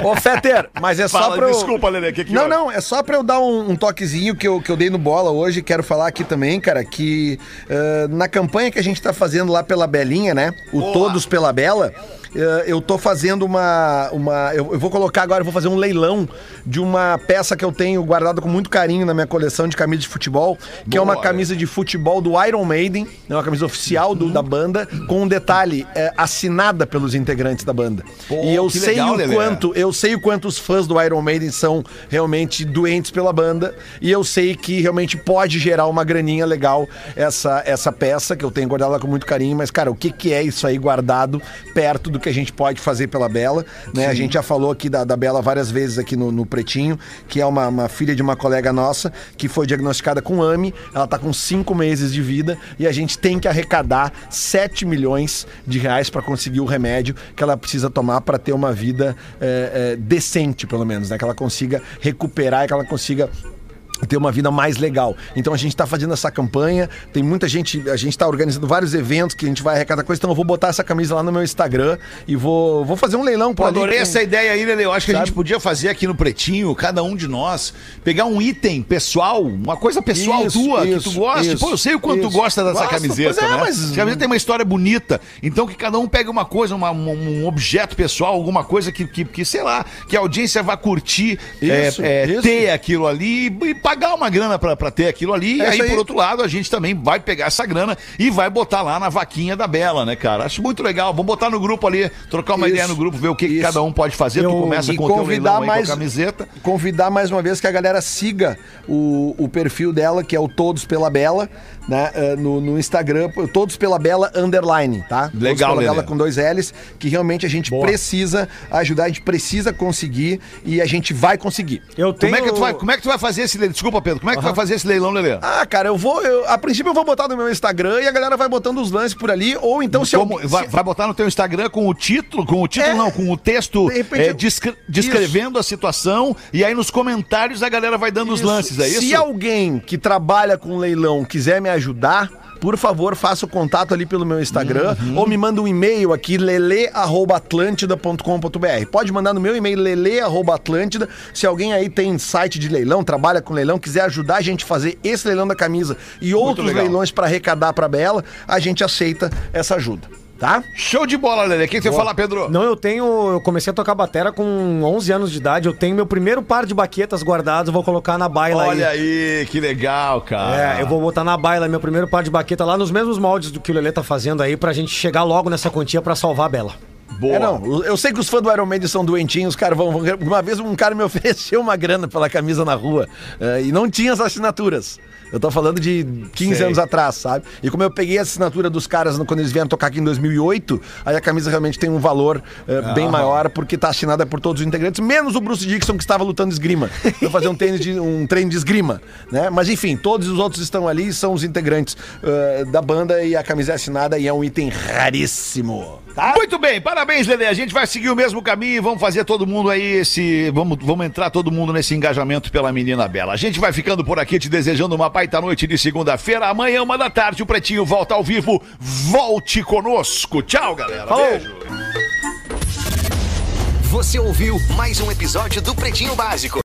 D: Ô, Feter, mas é só
C: Fala,
D: pra eu...
C: desculpa, Lelê, que que
D: Não,
C: houve?
D: não, é só pra eu dar um, um toquezinho que eu, que eu dei no bola hoje. Quero falar aqui também, cara, que eh, na campanha que a gente tá fazendo lá pela Belinha, né? O Todos pela Bela... eh, Eu tô fazendo uma. uma eu, eu vou colocar agora, eu vou fazer um leilão de uma peça que eu tenho guardada com muito carinho na minha coleção de camisa de futebol, que é uma
C: Boa.
D: camisa de futebol do Iron Maiden, é uma camisa oficial
C: Uhum.
D: do- da banda, com um detalhe, eh, assinada pelos integrantes da banda.
C: Pô,
D: e eu
C: que
D: sei
C: legal,
D: o
C: Lelê.
D: quanto, eu sei o quanto os fãs do Iron Maiden são realmente doentes pela banda e eu sei que realmente pode gerar uma graninha legal essa essa peça que eu tenho guardado lá com muito carinho, mas cara, o que que é isso aí guardado perto do que a gente pode fazer pela Bela, né? A gente já falou aqui da, da Bela várias vezes aqui no, no Pretinho, que é uma, uma filha de uma colega nossa que foi diagnosticada com AMI, ela tá com cinco meses de vida e a gente tem que arrecadar 7 milhões de reais para conseguir o remédio que ela precisa tomar para ter uma vida eh, eh, decente, pelo menos, né? Que ela consiga recuperar e que ela consiga ter uma vida mais legal. Então a gente está fazendo essa campanha, tem muita gente, a gente está organizando vários eventos que a gente vai arrecadar coisa, então eu vou botar essa camisa lá no meu Instagram e vou, vou fazer um leilão
C: Pô,
D: por ali
C: adorei
D: com-
C: essa ideia aí, Lele. Eu acho que a
D: Sabe?
C: gente podia fazer aqui no Pretinho, cada um de nós, pegar um item pessoal, uma coisa pessoal
D: Isso,
C: tua que
D: isso,
C: tu gosta.
D: isso,
C: Pô, eu sei o quanto tu
D: isso.
C: gosta dessa
D: Gosto,
C: camiseta,
D: pois é,
C: né?
D: mas-
C: Essa camiseta tem uma história bonita. Então que cada um pegue uma coisa, uma- um, um objeto pessoal, alguma coisa que, que, que, sei lá, que a audiência vá curtir,
D: Isso,
C: é, é,
D: isso.
C: ter aquilo ali e pagar uma grana pra, pra ter aquilo ali. e
D: É
C: aí,
D: isso aí.
C: por outro lado, a gente também vai pegar essa grana e vai botar lá na vaquinha da Bela, né, cara? Acho muito legal. Vamos botar no grupo ali, trocar uma
D: Isso,
C: ideia no grupo, ver o que, que
D: isso.
C: cada um pode fazer.
D: Eu-
C: tu começa
D: e
C: com o teu
D: convidar
C: leilão aí
D: mais-
C: com a camiseta.
D: convidar mais uma vez que a galera siga o, o perfil dela, que é o Todos Pela Bela, né? eh, No, no Instagram, Todos Pela Bela Underline, tá?
C: Legal,
D: Todos Pela
C: Lelê.
D: Bela com dois L's, que realmente a gente precisa ajudar, a gente precisa conseguir e a gente vai conseguir.
E: Eu tenho...
C: Como, é que tu vai, como é que tu vai fazer esse leilão? Desculpa, Pedro. Como é que tu vai fazer esse leilão, Lelê?
D: Ah, cara, eu vou. eu- a princípio eu vou botar no meu Instagram e a galera vai botando os lances por ali, ou então se
C: Como-
D: alguém-
C: vai,
D: se-
C: vai botar no teu Instagram com o título, com o título
D: É.
C: não, com o texto
D: De repente
C: é,
D: eu-
C: descre- descrevendo a situação e aí nos comentários a galera vai dando os lances, é isso?
D: Se alguém que trabalha com leilão quiser me ajudar, por favor, faça o contato ali pelo meu Instagram
C: Uhum.
D: ou me manda um e-mail aqui, lele.atlântida.com.br. Pode mandar no meu e-mail, lele.atlântida. Se alguém aí tem site de leilão, trabalha com leilão, quiser ajudar a gente a fazer esse leilão da camisa e outros
C: legal.
D: leilões para arrecadar para Bela, a gente aceita essa ajuda, tá?
C: Show de bola, Lelê. O que, que você fala, Pedro?
E: Não, eu tenho. Eu comecei a tocar batera com 11 anos de idade. Eu tenho meu primeiro par de baquetas guardados. eu Vou colocar na baila
C: Olha
E: aí.
C: aí, que legal, cara.
E: É, eu vou botar na baila meu primeiro par de baqueta lá nos mesmos moldes do que o Lelê tá fazendo aí pra gente chegar logo nessa quantia pra salvar a Bela.
C: Boa.
D: É, não. Eu sei que os fãs do Iron Maiden são doentinhos, os caras vão, vão- Uma vez um cara me ofereceu uma grana pela camisa na rua eh, e não tinha as assinaturas. Eu tô falando de 15
L: Sei.
D: anos atrás, sabe? E como eu peguei a assinatura dos caras no- quando eles vieram tocar aqui em 2008, aí a camisa realmente tem um valor eh, bem
L: Ah.
D: maior, porque tá assinada por todos os integrantes, menos o Bruce Dixon, que estava lutando esgrima. Foi fazer um, tênis de, um treino de esgrima, né? Mas enfim, todos os outros estão ali, são os integrantes eh, da banda e a camisa é assinada e é um item raríssimo.
C: Tá? Muito bem, parabéns, Lelê. A gente vai seguir o mesmo caminho e vamos fazer todo mundo aí esse. Vamos, vamos entrar todo mundo nesse engajamento pela menina bela. A gente vai ficando por aqui te desejando uma baita noite de segunda-feira. Amanhã, uma da tarde, o Pretinho volta ao vivo. Volte conosco. Tchau, galera. Beijo.
I: Você ouviu mais um episódio do Pretinho Básico.